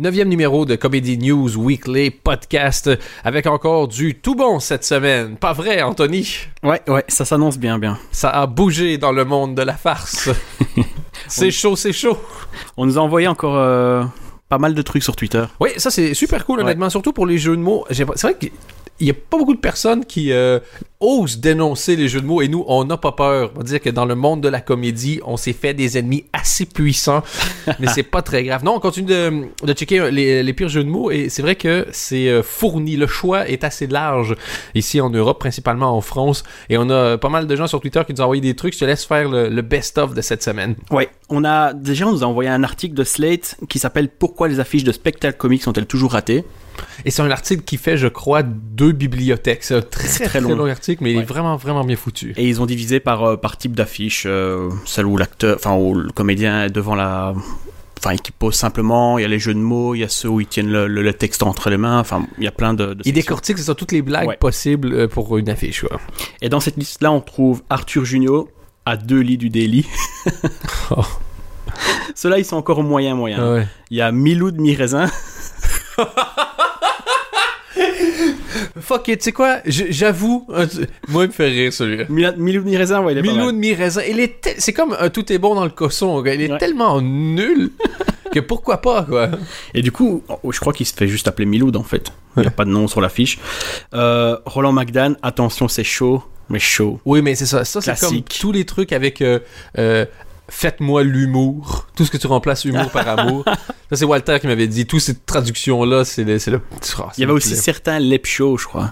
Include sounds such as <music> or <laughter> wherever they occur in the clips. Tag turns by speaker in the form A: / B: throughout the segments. A: Neuvième numéro de Comedy News Weekly Podcast avec encore du tout bon cette semaine. Pas vrai, Anthony?
B: Ouais, ouais, ça s'annonce bien, bien.
A: Ça a bougé dans le monde de la farce. c'est chaud, c'est chaud.
B: On nous a envoyé encore euh, pas mal de trucs sur Twitter.
A: Oui, ça c'est super cool,
B: Ouais.
A: honnêtement, surtout pour les jeux de mots. J'ai- C'est vrai qu'il n'y a pas beaucoup de personnes qui euh, osent dénoncer les jeux de mots et nous, on n'a pas peur. On va dire que dans le monde de la comédie, on s'est fait des ennemis assez puissants, mais c'est pas très grave. Non, on continue de, de checker les, les pires jeux de mots et c'est vrai que c'est euh, fourni. Le choix est assez large ici en Europe, principalement en France. Et on a euh, pas mal de gens sur Twitter qui nous ont envoyé des trucs. Je te laisse faire le, le best-of de cette semaine.
B: Ouais, on a déjà on nous a envoyé un article de Slate qui s'appelle Pourquoi les affiches de spectacles comiques sont-elles toujours ratées
A: Et c'est un article qui fait, je crois, deux bibliothèques. C'est un très, très,
B: très
A: long.
B: long.
A: article, mais il est
B: Ouais.
A: vraiment, vraiment bien foutu.
B: et ils ont divisé par euh, par type d'affiche, euh, celle où l'acteur, enfin où le comédien est devant la Enfin, qui pose simplement, il y a les jeux de mots, il y a ceux où ils tiennent le, le- le texte entre les mains, enfin, il y a plein de... de
A: Il
B: sections.
A: décortique, c'est ça, toutes les blagues
B: Ouais.
A: possibles euh, pour une affiche. quoi.
B: Et dans cette liste-là, on trouve Arthur Junio à deux lits du délit.
A: Oh.
B: <laughs> Ceux-là, ils sont encore moyen, moyen.
A: Ah ouais.
B: Il y a Miloud Miraisin. <laughs>
A: Fuck it, tu sais quoi? J- J'avoue, euh, tu- moi, il me fait rire celui-là.
B: Mila- Miloud Miraisin, ouais, il est pas
A: Milou
B: mal.
A: de Miraisin, il est te- c'est comme un tout est bon dans le cosson, gars. il est
B: Ouais.
A: tellement nul <laughs> que pourquoi pas quoi.
B: Et du coup, oh, je crois qu'il se fait juste appeler Miloud en fait. Il n'y a pas de nom sur l'affiche. Euh, Roland McDan, attention, c'est chaud, mais chaud.
A: Oui, mais c'est ça, ça c'est comme
B: Classique.
A: tous les trucs avec euh, euh, faites-moi l'humour, tout ce que tu remplaces humour par
B: <laughs>
A: amour. Ça c'est Walter qui m'avait dit toutes ces traductions là, c'est le, c'est le... Oh, ça
B: Il y avait
A: me
B: aussi
A: plaît.
B: certains Lep Show, je crois.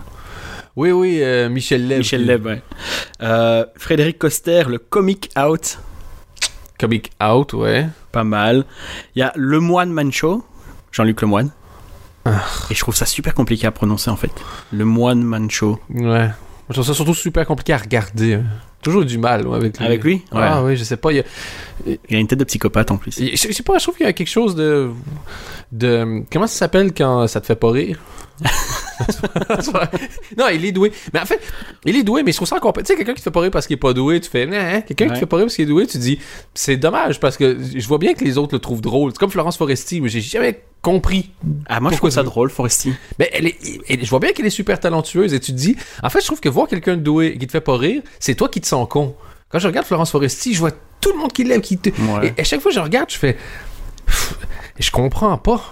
A: Oui, oui, euh, Michel Leb.
B: Michel Leb, ouais. Euh, Frédéric Coster, le Comic Out,
A: Comic Out, ouais.
B: pas mal. Il y a Le Moine Mancho, Jean-Luc Lemoine.
A: Ah.
B: Et je trouve ça super compliqué à prononcer en fait. Le Moine Mancho.
A: Ouais. Je trouve ça surtout super compliqué à regarder. hein. Toujours du mal moi, avec lui.
B: Avec lui Ouais.
A: Ah oui, je sais pas. il y a-
B: Il a une tête de psychopathe en plus.
A: il- Je je sais pas, je trouve qu'il y a quelque chose de. de comment ça s'appelle quand ça te fait pas
B: <laughs>
A: rire Non, il est doué. Mais en fait, il est doué, mais je trouve ça encore. Tu sais, quelqu'un qui te fait pas rire parce qu'il est pas doué, tu fais. Nah, hein. Quelqu'un qui te
B: Ouais.
A: fait pas rire parce qu'il est doué, tu dis. C'est dommage parce que je vois bien que les autres le trouvent drôle. C'est comme Florence Foresti, mais j'ai jamais compris
B: Ah, moi
A: Pourquoi
B: je trouve ça
A: tu-
B: drôle, Foresti.
A: Mais elle est, elle- je vois bien qu'elle est super talentueuse et tu te dis, en fait, je trouve que voir quelqu'un de doué et qui te fait pas rire, c'est toi qui te sens con. Quand je regarde Florence Foresti, je vois tout le monde qui l'aime, qui te-
B: Ouais.
A: et à chaque fois que je regarde, je fais, Pff, je comprends pas.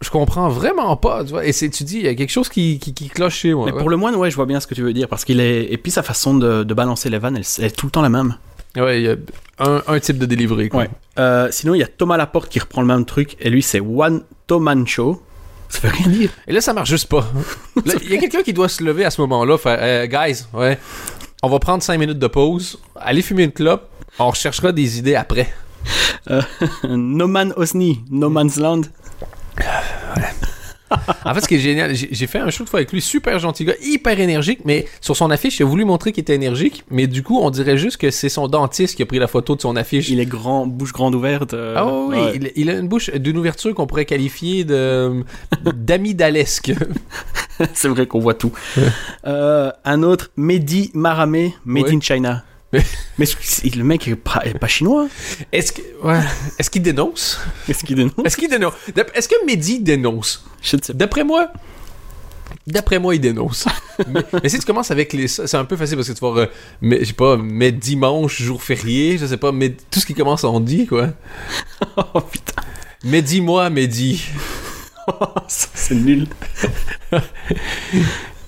A: Je comprends vraiment pas, tu vois. Et c'est, tu dis, il y a quelque chose qui, qui, qui cloche chez moi.
B: Mais
A: ouais.
B: pour le moine, ouais, je vois bien ce que tu veux dire, parce qu'il est. Et puis sa façon de, de balancer les vannes, elle, elle est tout le temps la même.
A: Ouais, il y a un, un type de délivré, quoi.
B: Ouais. Euh, sinon, il y a Thomas Laporte qui reprend le même truc, et lui, c'est One Tomancho. Ça veut rien dire. <laughs>
A: Et là, ça marche juste pas. Là, Il y a quelqu'un qui doit se lever à ce moment-là, faire Euh, Guys, ouais, on va prendre 5 minutes de pause, aller fumer une clope, on recherchera des idées après.
B: no Man Osni, No Man's Land.
A: En fait, ce qui est génial, j'ai j'ai fait un show de fois avec lui, super gentil gars, hyper énergique, mais sur son affiche, il a voulu montrer qu'il était énergique, mais du coup, on dirait juste que c'est son dentiste qui a pris la photo de son affiche.
B: Il est grand, bouche grande ouverte. euh,
A: Ah oui, oui,
B: ouais. <laughs>
A: il, il a une bouche d'une ouverture qu'on pourrait qualifier de d'amidalesque.
B: c'est vrai qu'on
A: <laughs>
B: voit tout. Euh, un autre, Mehdi Maramé, Made
A: Ouais.
B: in China.
A: Mais-
B: Mais c'est- le mec est pas, est pas chinois.
A: <laughs> Est-ce que ouais, est-ce qu'il dénonce
B: Qu'est-ce qu'il dénonce
A: Est-ce qu'il dénonce D'ap- Est-ce que Mehdi dénonce
B: Je ne sais pas.
A: D'après moi, d'après moi, il dénonce. mais, mais si tu commences avec les, c'est un peu facile parce que tu vas, euh, mais je sais pas, mais dimanche, jour férié, je sais pas, mais tout ce qui commence en dit quoi.
B: <laughs> Oh putain,
A: Mais dis-moi, mais dis. <laughs>
B: ça, c'est nul. <laughs>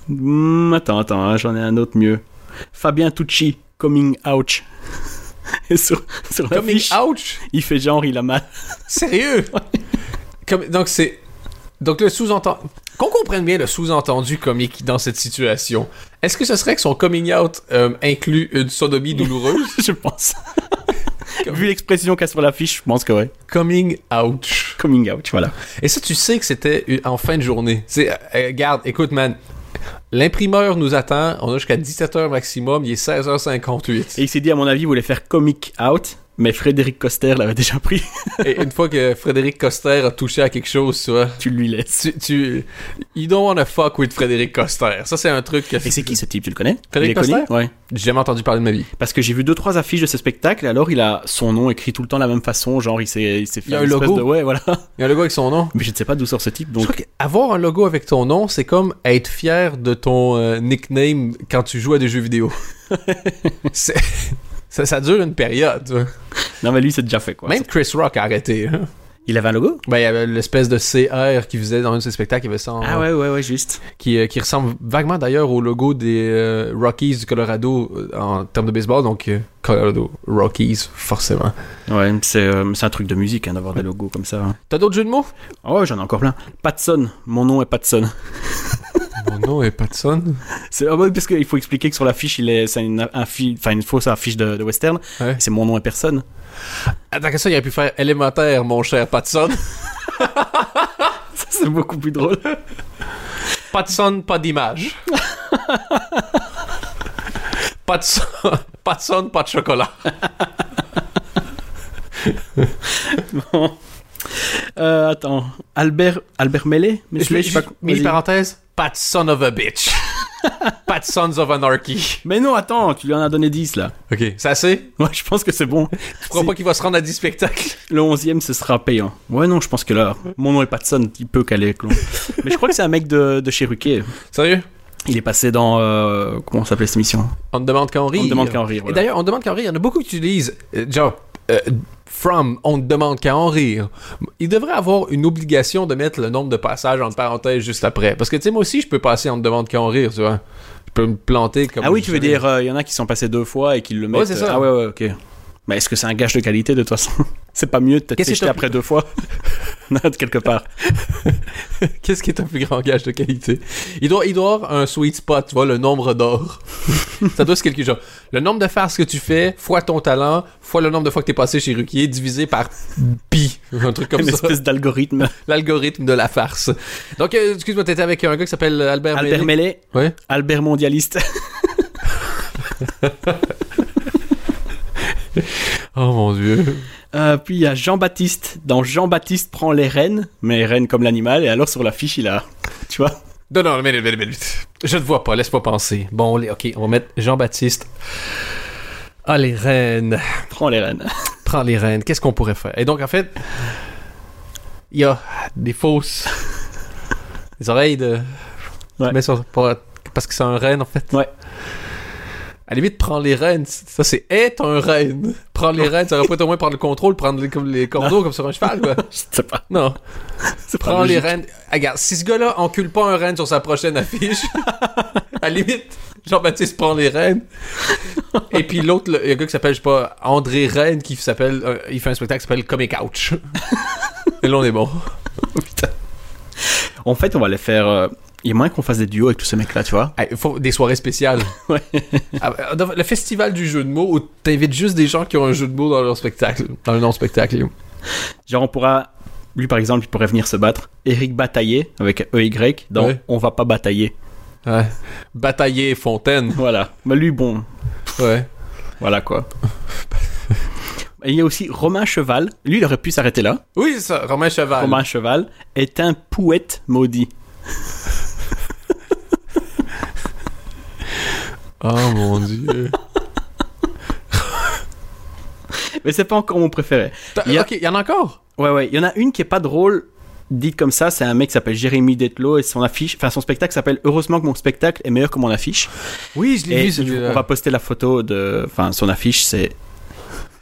B: Hmm, attends, attends, hein, j'en ai un autre mieux. Fabien Tucci, Coming Out. <laughs> Et sur,
A: <laughs>
B: sur
A: Coming
B: l'affiche,
A: ouch,
B: il fait genre, il a mal. <laughs>
A: <laughs> sérieux. Comme- donc c'est, donc le sous-entendu, qu'on comprenne bien le sous-entendu comique dans cette situation. Est-ce que ce serait que son coming out euh, inclut une sodomie douloureuse?
B: je pense. Vu l'expression qu'il y a sur l'affiche, je pense que ouais.
A: <laughs> coming ouch.
B: Coming Out, voilà.
A: Et ça, tu sais que c'était une- en fin de journée. C'est, euh, euh, regarde, écoute, man. L'imprimeur nous attend. On a jusqu'à 17h maximum. Il est 16h58.
B: Et il s'est dit, à mon avis, il voulait faire Comic Out, mais Frédéric Coster l'avait déjà pris. <laughs>
A: Et une fois que Frédéric Coster a touché à quelque chose, tu vois,
B: tu lui laisses.
A: tu, tu... You don't wanna fuck with Frédéric Coster. Ça, c'est un truc que...
B: Et c'est qui ce type Tu le connais
A: Frédéric
B: Il est connu
A: Coster
B: Ouais.
A: J'ai jamais entendu parler de ma vie.
B: Parce que j'ai vu deux trois affiches de ce spectacle. Et alors, il a son nom écrit tout le temps de la même façon. Genre, il s'est, il s'est fait
A: y a
B: une
A: un
B: espèce
A: logo.
B: de ouais, voilà.
A: Il y a un logo avec son nom.
B: Mais je ne sais pas d'où sort ce type.
A: Je
B: <laughs> Donc,
A: crois qu'avoir un logo avec ton nom, c'est comme être fier de ton euh, nickname quand tu joues à des jeux vidéo. <laughs> C'est- ça, ça dure une période. tu vois.
B: non, mais lui, c'est déjà fait quoi.
A: Même Chris Rock a arrêté. hein.
B: Il avait un logo
A: Ben, il y avait l'espèce de CR qui faisait dans un de ses spectacles, il y avait ça en-
B: Ah ouais, ouais, ouais, juste.
A: qui, euh, qui ressemble vaguement d'ailleurs au logo des euh, Rockies du Colorado euh, en termes de baseball, donc euh, Colorado Rockies, forcément.
B: Ouais, c'est, euh, c'est un truc de musique hein, d'avoir des logos comme ça. hein.
A: T'as d'autres jeux de mots
B: Oh, j'en ai encore plein. Patson, mon nom est Patson. <laughs>
A: Mon nom est Patson.
B: C'est ah ouais, parce qu'il faut expliquer que sur l'affiche, il est, c'est une, affi- enfin, une fausse affiche de, de western.
A: Ouais.
B: C'est mon nom est personne.
A: Attends, que ça, il aurait pu faire élémentaire, mon cher Patson.
B: <laughs> Ça, c'est beaucoup plus drôle. <laughs>
A: Pas de son, pas <laughs> d'image. pas, de son, pas de son, pas de chocolat.
B: Bon. Euh, attends, Albert, Albert Mellet, mais
A: Je
B: celui-là,
A: mets
B: je sais pas quoi-
A: mille
B: vas-y.
A: parenthèses. Pas de son of a bitch. <laughs> pas de sons of anarchy.
B: Mais non, attends, tu lui en as donné 10 là.
A: Ok. Ça c'est
B: Ouais, je pense que c'est bon.
A: Je crois
B: Si.
A: pas qu'il va se rendre à 10 spectacles.
B: Le 11 ce sera payant. Ouais, non, je pense que là, mon nom est Patson, il peut caler
A: <laughs>
B: Clon. mais je crois que c'est un mec de, de chez Ruquier.
A: Sérieux
B: Il est passé dans. euh, comment s'appelait cette émission
A: On te demande quand on rit.
B: On te demande qu'à en rire.
A: euh, Et
B: Voilà.
A: d'ailleurs, on te demande quand on rit. Il y en a beaucoup qui utilisent. euh, genre. euh, From, on te demande qu'à en rire. Il devrait avoir une obligation de mettre le nombre de passages entre parenthèses juste après. Parce que, tu sais, moi aussi, je peux passer on te demande qu'à en rire, tu vois. Je peux me planter comme.
B: Ah oui,
A: je
B: tu veux
A: veux.
B: dire, euh, il y en a qui sont passés deux fois et qui le
A: Ouais,
B: mettent.
A: c'est ça.
B: Ah ouais, ouais, ok. Mais est-ce que c'est un gage de qualité de toute façon <laughs> C'est pas mieux de
A: Qu'est-ce
B: t'être
A: que
B: jeté
A: t'as-
B: après deux fois <laughs> Non, de quelque part.
A: <laughs> Qu'est-ce qui est un plus grand gage de qualité? Il doit, il doit avoir un sweet spot, tu vois, le nombre d'or.
B: <laughs>
A: ça doit être quelque chose. Le nombre de farces que tu fais, fois ton talent, fois le nombre de fois que t'es passé chez Ruquier, divisé par pi. Un truc
B: <laughs>
A: comme
B: Une
A: ça. Ah,
B: espèce d'algorithme.
A: L'algorithme de la farce. Donc, euh, excuse-moi, t'étais avec un gars qui s'appelle euh, Albert,
B: Albert
A: Mellet.
B: Mellet,
A: Ouais.
B: Albert mondialiste. <laughs>
A: Oh mon dieu.
B: Euh, puis il y a Jean-Baptiste. Dans Jean-Baptiste prend les rênes, mais rênes comme l'animal. Et alors sur l'affiche, il a. <laughs> Tu vois
A: Non, non, mais, mais- mais- mais- je ne vois pas, laisse-moi penser. Bon, les- ok, on va mettre Jean-Baptiste. Ah, les reines.
B: Prend les rênes.
A: prends les rênes, qu'est-ce qu'on pourrait faire? Et donc, en fait, il y a des
B: <laughs>
A: fausses. Les oreilles de.
B: Ouais.
A: Tu mets sur- pour- parce que c'est un renne, en fait.
B: Ouais.
A: À la limite, prends les rênes. Ça, c'est être un renne. Prends les rênes, ça aurait pas été au moins prendre le contrôle, prendre les, comme les cordeaux comme sur un cheval, quoi.
B: <laughs> Je sais pas.
A: Non.
B: C'est pas
A: Prends les
B: logique.
A: rênes. Ah, Regarde, si ce gars-là encule pas un renne sur sa prochaine affiche, <laughs> à la limite, Jean-Baptiste prend les rênes. Et puis l'autre, le- il y a un gars qui s'appelle, je sais pas, André Rennes, qui s'appelle, euh, il fait un spectacle qui s'appelle Comic <laughs> Ouch. Et là, on est bon.
B: En fait, on va les faire. euh, Il y a moyen qu'on fasse des duos avec tous ces mecs-là, tu vois.
A: Ah, Il faut des soirées <laughs> spéciales.
B: Ouais.
A: Ah, euh, dans le festival du jeu de mots où t'invites juste des gens qui ont un jeu de mots dans leur spectacle, dans le non-spectacle.
B: Genre, on pourra. Lui, par exemple, il pourrait venir se battre. Eric Bataillé, avec EY, dans
A: Ouais.
B: On va pas batailler.
A: Ouais. Batailler Fontaine.
B: Voilà. Mais lui, bon,
A: Ouais. <laughs>
B: voilà quoi. Et Il y a aussi Romain Cheval. Lui, il aurait pu s'arrêter là.
A: Oui, c'est ça, Romain Cheval.
B: Romain Cheval est un poète maudit.
A: Oh mon dieu.
B: <laughs> Mais c'est pas encore mon préféré.
A: T'as-
B: Il y a-
A: Ok, il y en a encore?
B: Ouais, ouais. Il y en a une qui est pas drôle. Dite comme ça, c'est un mec qui s'appelle Jérémy Detlo et son affiche, enfin son spectacle s'appelle Heureusement que mon spectacle est meilleur que mon affiche.
A: Oui, je l'ai
B: Et
A: vu
B: on
A: celui-là.
B: va poster la photo de, enfin son affiche, c'est
A: Et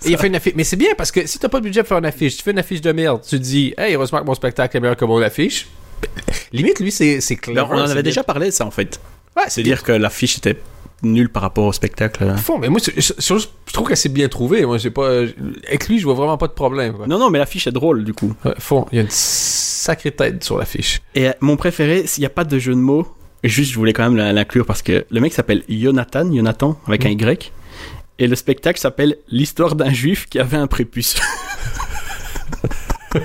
A: il fait une affiche. Mais c'est bien parce que si t'as pas de budget pour faire une affiche, tu fais une affiche de merde, tu te dis, hey, heureusement que mon spectacle est meilleur que mon affiche. <laughs> Limite, lui, c'est c'est
B: Ben,
A: clever.
B: on en
A: c'est
B: avait
A: bien.
B: déjà parlé, ça, en fait.
A: Ouais,
B: C'est dire que l'affiche était nulle par rapport au spectacle.
A: Fond, mais moi, c'est- c'est- c'est- je trouve que c'est bien trouvé. Moi, j'ai pas. Avec lui, je vois vraiment pas de problème. quoi.
B: Non, non, mais l'affiche est drôle, du coup.
A: Ouais, fond, il y a une sacrée tête sur l'affiche.
B: Et euh, mon préféré, s'il n'y a pas de jeu de mots, juste, je voulais quand même la- l'inclure parce que le mec s'appelle Jonathan, Jonathan, avec un Y. Et le spectacle s'appelle L'histoire d'un juif qui avait un prépuce. <laughs>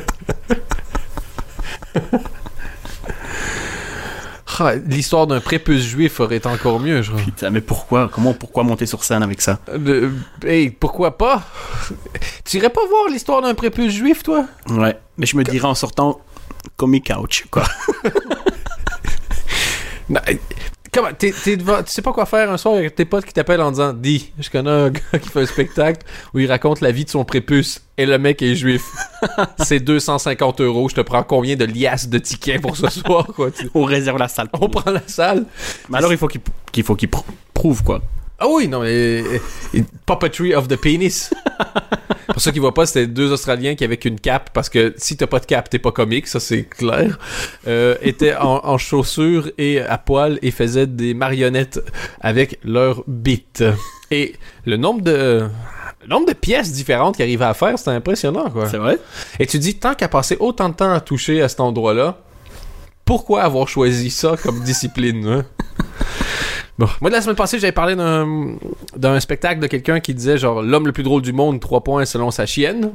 A: Ah, L'histoire d'un prépuce juif aurait été encore mieux, genre.
B: Putain, mais pourquoi Comment pourquoi monter sur scène avec ça
A: Le- hey, pourquoi pas? <laughs> tu irais pas voir l'histoire d'un prépuce juif, toi?
B: Ouais. Mais je me dirais en sortant comic couch quoi. <laughs>
A: Non, Ben, hey, Comment, t'es- t'es devant- tu sais pas quoi faire un soir avec tes potes qui t'appellent en disant Dis, je connais un <laughs> gars qui fait un spectacle où il raconte la vie de son prépuce et le mec est juif. C'est 250 euros, je te prends combien de liasses de tickets pour ce soir quoi? Tu-
B: On réserve la salle.
A: On prend la salle.
B: Mais alors il faut qu'il qu'il faut qu'il pr- prouve quoi.
A: Ah oui, non, mais. euh, euh, puppetry of the penis. Pour ceux qui voient pas, c'était deux Australiens qui, avec une cape, parce que si t'as pas de cape, t'es pas comique, ça c'est clair, euh, étaient en, en chaussures et à poil et faisaient des marionnettes avec leur bite. Et le nombre de. Le nombre de pièces différentes qu'ils arrivaient à faire, c'était impressionnant, quoi.
B: C'est vrai
A: Et tu dis, tant qu'à passer autant de temps à toucher à cet endroit-là, pourquoi avoir choisi ça comme discipline hein? Bon. Moi, de la semaine passée, j'avais parlé d'un d'un spectacle de quelqu'un qui disait, genre, l'homme le plus drôle du monde, trois points selon sa chienne.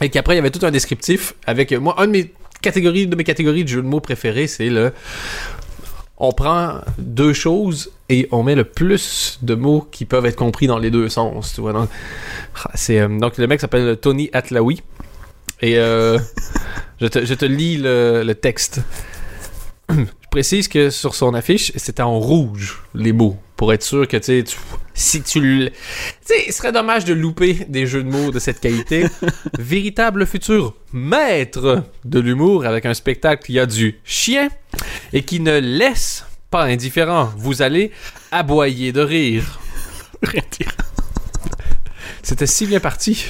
A: Et qu'après, il y avait tout un descriptif avec. euh, Moi, un de mes catégories, de mes catégories de jeux de mots préférés, c'est le. On prend deux choses et on met le plus de mots qui peuvent être compris dans les deux sens. Tu vois, donc, c'est, euh, donc le mec s'appelle Tony Atlaoui. Et euh, je, te, je te lis le, le texte. <clears throat> je précise que sur son affiche, c'était en rouge, les mots, pour être sûr que, tu sais, tu- si tu le... Tu sais, il serait dommage de louper des jeux de mots de cette qualité. Véritable futur maître de l'humour avec un spectacle qui a du chien et qui ne laisse pas indifférent. Vous allez aboyer de rire.
B: Rien à dire.
A: C'était si bien parti.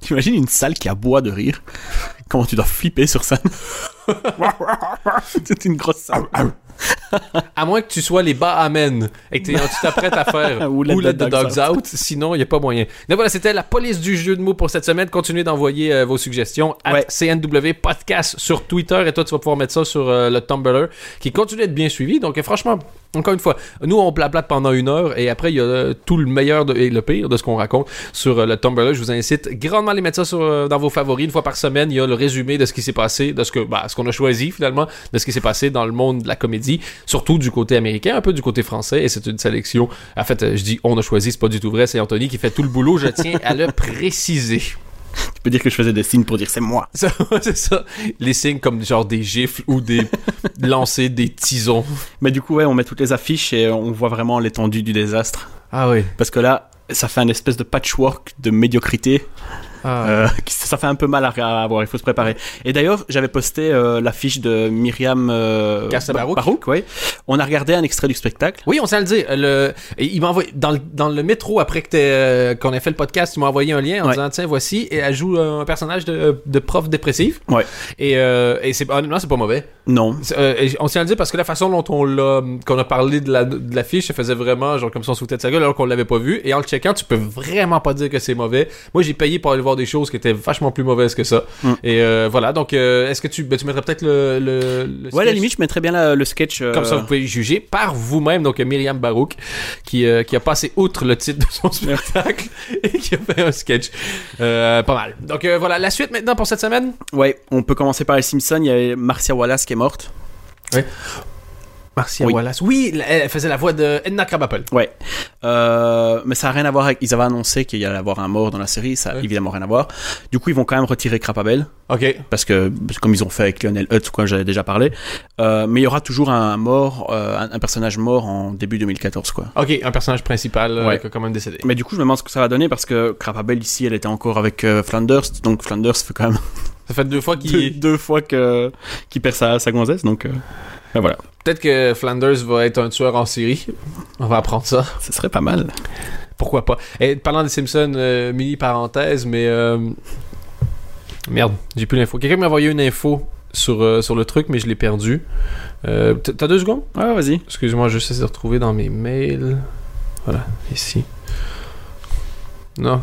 B: T'imagines une salle qui aboie de rire Comment tu dois flipper sur scène C'est une grosse salle.
A: Ah, À moins que tu sois les Bahamen et que t'es- tu t'apprêtes à faire
B: Ou
A: ou
B: Let
A: Let
B: the
A: the
B: Dogs
A: Dogs Out, sinon il n'y a pas moyen. Donc voilà, c'était la police du jeu de mots pour cette semaine. Continuez d'envoyer euh, vos suggestions à
B: Ouais.
A: CNW Podcast sur Twitter et toi tu vas pouvoir mettre ça sur euh, le Tumblr qui continue d'être bien suivi. Donc euh, franchement, encore une fois, nous on blablate pendant une heure et après il y a euh, tout le meilleur de- et le pire de ce qu'on raconte sur euh, le Tumblr. Je vous incite grandement à les mettre ça sur, euh, dans vos favoris. Une fois par semaine, il y a le résumé de ce qui s'est passé, de ce que bah, ce qu'on a choisi finalement, de ce qui s'est passé dans le monde de la comédie, surtout du côté américain, un peu du côté français. Et c'est une sélection. En fait, euh, je dis on a choisi, c'est pas du tout vrai. C'est Anthony qui fait tout le boulot. Je tiens à le préciser. <laughs>
B: Tu peux dire que je faisais des signes pour dire c'est moi.
A: Ça, <laughs> c'est ça. Les signes comme genre des gifles ou des <laughs> lancer des tisons.
B: Mais du coup, ouais, on met toutes les affiches et on voit vraiment l'étendue du désastre.
A: Ah oui.
B: Parce que là, ça fait un espèce de patchwork de médiocrité.
A: Ah.
B: Euh, qui- ça fait un peu mal à, à voir, il faut se préparer. Et d'ailleurs, j'avais posté euh, l'affiche de Myriam euh,
A: Cassabarouc.
B: Ba- Barouk, ouais. On a regardé un extrait du spectacle.
A: Oui, on s'en le dit. Euh, Le, il m'a envoyé dans le, dans le métro après que t'aies, euh, qu'on ait fait le podcast, tu m'as envoyé un lien en
B: Ouais.
A: disant tiens voici et elle joue euh, un personnage de, de prof dépressif.
B: Ouais.
A: Et, euh, et c'est honnêtement c'est pas mauvais.
B: Non.
A: C'est, euh, et on s'en le dit parce que la façon dont on l'a qu'on a parlé de la de l'affiche, ça faisait vraiment genre comme si on sautait de sa gueule alors qu'on l'avait pas vu. Et en le checkant, tu peux vraiment pas dire que c'est mauvais. Moi j'ai payé pour aller voir des choses qui étaient vachement plus mauvaises que ça.
B: Mm.
A: Et euh, voilà donc euh, est-ce que tu ben, tu mettrais peut-être le, le, le
B: Ouais, à la
A: sketch?
B: limite, je mettrais bien la- le sketch. euh,
A: Comme ça, vous pouvez juger par vous-même. Donc, Myriam Barouk, qui, euh, qui a passé outre le titre de
B: <laughs>
A: son spectacle et qui a fait un sketch. Euh, pas mal. Donc, euh, voilà, la suite maintenant pour cette semaine.
B: Ouais, on peut commencer par les Simpsons. Il y a Marcia Wallace qui est morte.
A: Marcia
B: Oui.
A: Wallace. Oui, la- elle faisait la voix de Edna Krabappel.
B: Ouais. Euh, mais ça n'a rien à voir avec. Ils avaient annoncé qu'il y allait avoir un mort dans la série. Ça a
A: Ouais.
B: évidemment rien à voir. Du coup, ils vont quand même retirer Crapabel.
A: OK.
B: Parce que, comme ils ont fait avec Lionel Hutz, quoi, j'avais déjà parlé. Euh, mais il y aura toujours un mort, euh, un, un personnage mort en début 2014, quoi.
A: OK, un personnage principal euh,
B: Ouais.
A: qui a quand même décédé.
B: Mais du coup, je me demande ce que ça va donner parce que Crapabel ici, elle était encore avec euh, Flanders. Donc Flanders fait quand même
A: Ça fait deux fois
B: deux,
A: qu'il.
B: deux fois que qu'il perd sa, sa gonzesse. Donc, euh, ben voilà,
A: Peut-être que Flanders va être un tueur en série. On va apprendre ça.
B: ce serait pas mal.
A: Pourquoi pas. Et parlant des Simpsons, euh, mini parenthèse, mais euh, merde, j'ai plus l'info. Quelqu'un m'a envoyé une info sur, euh, sur le truc, mais je l'ai perdu. Euh, t- T'as deux secondes
B: Ouais, vas-y.
A: Excuse-moi, je sais de retrouver dans mes mails. Voilà, ici. Non.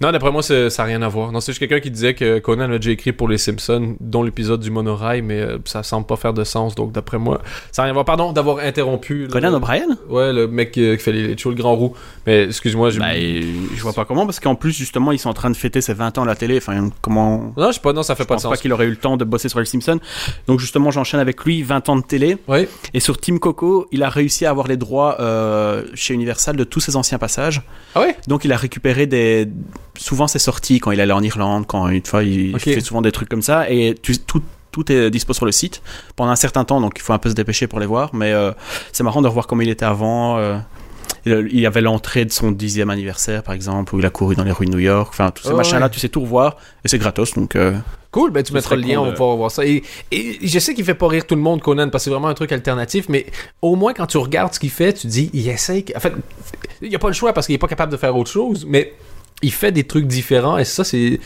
A: Non, d'après moi, c'est- ça n'a rien à voir. Non, c'est juste quelqu'un qui disait que Conan l'a déjà écrit pour les Simpsons, dont l'épisode du monorail, mais euh, ça semble pas faire de sens. Donc, d'après moi, ça n'a rien à voir. Pardon d'avoir interrompu. le-
B: Conan O'Brien
A: Ouais, le mec euh, qui fait les, les shows, le grand roux. Mais excuse-moi, j'ai.
B: Bah, euh, je vois pas comment, parce qu'en plus, justement, ils sont en train de fêter ses 20 ans à la télé. Enfin, comment.
A: Non, je sais pas, non, ça fait
B: Je
A: pas de
B: pense pas
A: sens.
B: qu'il aurait eu le temps de bosser sur les Simpsons. Donc, justement, j'enchaîne avec lui, 20 ans de télé.
A: Ouais.
B: Et sur Team Coco, il a réussi à avoir les droits euh, chez Universal de tous ses anciens passages.
A: Ah ouais?
B: Donc il a récupéré des souvent ses sorties quand il allait en Irlande, quand une fois il
A: Ok.
B: fait souvent des trucs comme ça et tu- tout tout est dispo sur le site pendant un certain temps donc il faut un peu se dépêcher pour les voir mais euh, c'est marrant de revoir comment il était avant euh, il il y avait l'entrée de son dixième anniversaire par exemple où il a couru dans les rues de New York enfin tous ces
A: Ah Ouais,
B: machins là
A: ouais.
B: tu sais tout revoir et c'est gratos donc euh,
A: Cool, ben tu
B: Ce
A: mettras le
B: serait
A: lien,
B: cool,
A: on va
B: euh.
A: pouvoir voir ça. Et, et je sais qu'il fait pas rire tout le monde, Conan, parce que c'est vraiment un truc alternatif, mais au moins quand tu regardes ce qu'il fait, tu dis, il essaye. que- En fait, il a pas le choix parce qu'il est pas capable de faire autre chose, mais il fait des trucs différents et ça, c'est.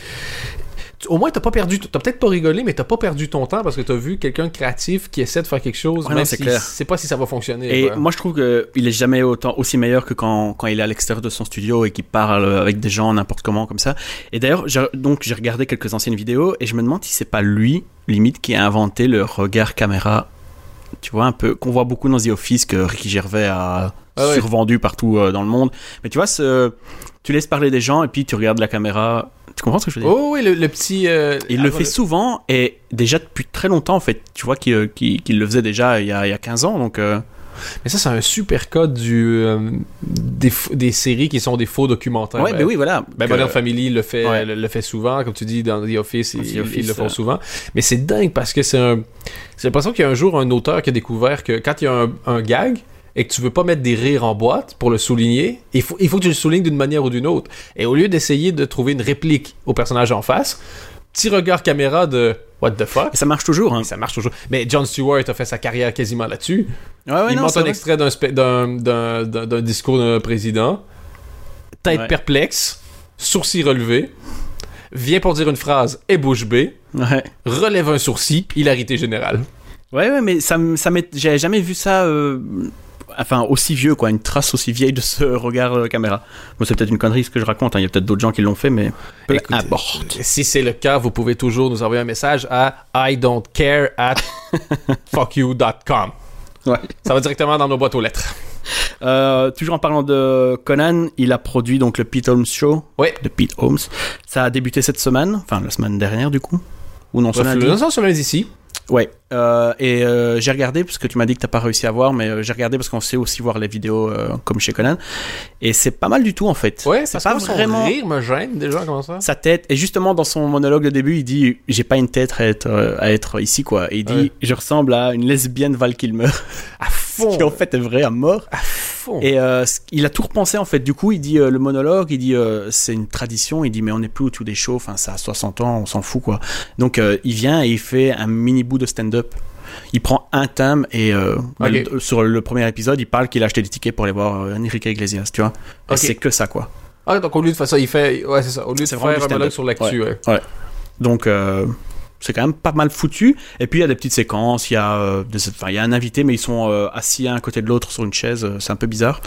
A: tu- Au moins, t'as pas perdu, t'as peut-être pas rigolé, mais t'as pas perdu ton temps parce que t'as vu quelqu'un de créatif qui essaie de faire quelque chose,
B: Ouais, non,
A: même
B: c'est
A: si
B: clair.
A: c'est pas si ça va fonctionner.
B: et
A: quoi.
B: moi je trouve qu'il est jamais autant aussi meilleur que quand, quand il est à l'extérieur de son studio et qu'il parle avec des gens n'importe comment comme ça et d'ailleurs j'ai- donc j'ai regardé quelques anciennes vidéos et je me demande si c'est pas lui limite qui a inventé le regard caméra tu vois un peu qu'on voit beaucoup dans The Office que Ricky Gervais a
A: Ah ouais.
B: survendu partout euh, dans le monde mais tu vois ce- tu laisses parler des gens et puis tu regardes la caméra tu comprends ce que je veux dire
A: Oh oui, le, le petit. euh,
B: il le
A: avant
B: fait souvent et déjà depuis très longtemps en fait tu vois qu'il euh, qu'il- qu'il le faisait déjà il y a, il y a 15 ans donc euh,
A: Mais ça, c'est un super code du, euh, des, f- des séries qui sont des faux documentaires.
B: ouais mais oui voilà
A: Ben,
B: Que-
A: Modern Family le fait,
B: Ouais.
A: le, le fait souvent, comme tu dis, dans The Office, ils,
B: The
A: ils- ils le
B: Office,
A: font
B: euh.
A: souvent. Mais c'est dingue parce que c'est un. J'ai l'impression qu'il y a un jour un auteur qui a découvert que quand il y a un, un gag et que tu veux pas mettre des rires en boîte pour le souligner, il faut, il faut que tu le soulignes d'une manière ou d'une autre. Et au lieu d'essayer de trouver une réplique au personnage en face, petit regard caméra de What the fuck?
B: Et ça marche toujours. Hein.
A: Ça marche toujours. Mais John Stewart a fait sa carrière quasiment là-dessus.
B: Ouais, ouais,
A: il
B: non,
A: monte
B: c'est
A: un
B: vrai.
A: extrait d'un spe- d'un- d'un d'un- d'un discours d'un président, tête
B: Ouais.
A: perplexe, sourcil relevé, vient pour dire une phrase et bouche bée,
B: Ouais.
A: relève un sourcil, hilarité générale.
B: ouais, ouais, mais ça, m- ça m'est- j'avais jamais vu ça. euh, Enfin, aussi vieux, quoi, une trace aussi vieille de ce <laughs> regard euh, caméra. Bon, c'est peut-être une connerie ce que je raconte, hein. il y a peut-être d'autres gens qui l'ont fait, mais peu
A: Bah, Écoutez,
B: importe.
A: Si c'est le cas, vous pouvez toujours nous envoyer un message à I don't care
B: <laughs>
A: at fuckyou.com.
B: Ouais.
A: Ça va directement dans nos boîtes aux lettres.
B: Euh, toujours en parlant de Conan, il a produit donc le Pete Holmes Show
A: Ouais.
B: de Pete Holmes. Ça a débuté cette semaine, enfin la semaine dernière du coup, ou non, ce
A: Bref,
B: lundi.
A: le lancement sur lundi ici.
B: Ouais, euh, et euh, j'ai regardé parce que tu m'as dit que t'as pas réussi à voir, mais euh, j'ai regardé parce qu'on sait aussi voir les vidéos euh, comme chez Conan, et c'est pas mal du tout en fait.
A: Ouais,
B: c'est
A: parce
B: pas
A: que moi, son
B: vraiment
A: rire me gêne déjà, comment ça?
B: sa tête. Et justement dans son monologue de début, il dit j'ai pas une tête à être, euh, à être ici quoi. Et il dit
A: Ouais.
B: je ressemble à une lesbienne Val Kilmer,
A: À fond!
B: <laughs> qui en fait est vrai à mort.
A: À fond!
B: Et euh, ce- il a tout repensé en fait. Du coup, il dit euh, le monologue, il dit euh, c'est une tradition, il dit mais on n'est plus au tout des shows, enfin ça a 60 ans, on s'en fout quoi. Donc euh, il vient et il fait un mini bout de stand-up. Il prend un thème et euh, bah,
A: Ok.
B: le- sur le premier épisode, il parle qu'il a acheté des tickets pour aller voir euh, Enrique Iglesias, tu vois. Et
A: Ok.
B: c'est que ça quoi.
A: Ah, donc au lieu de faire ça, il fait. Ouais, c'est ça. Au lieu de
B: C'est
A: faire
B: vraiment du
A: un monologue
B: stand-up.
A: sur l'actu, ouais.
B: Donc euh, c'est quand même pas mal foutu. Et puis il y a des petites séquences, il y a, euh, des- enfin, il y a un invité, mais ils sont euh, assis un à côté de l'autre sur une chaise, euh, c'est un peu bizarre.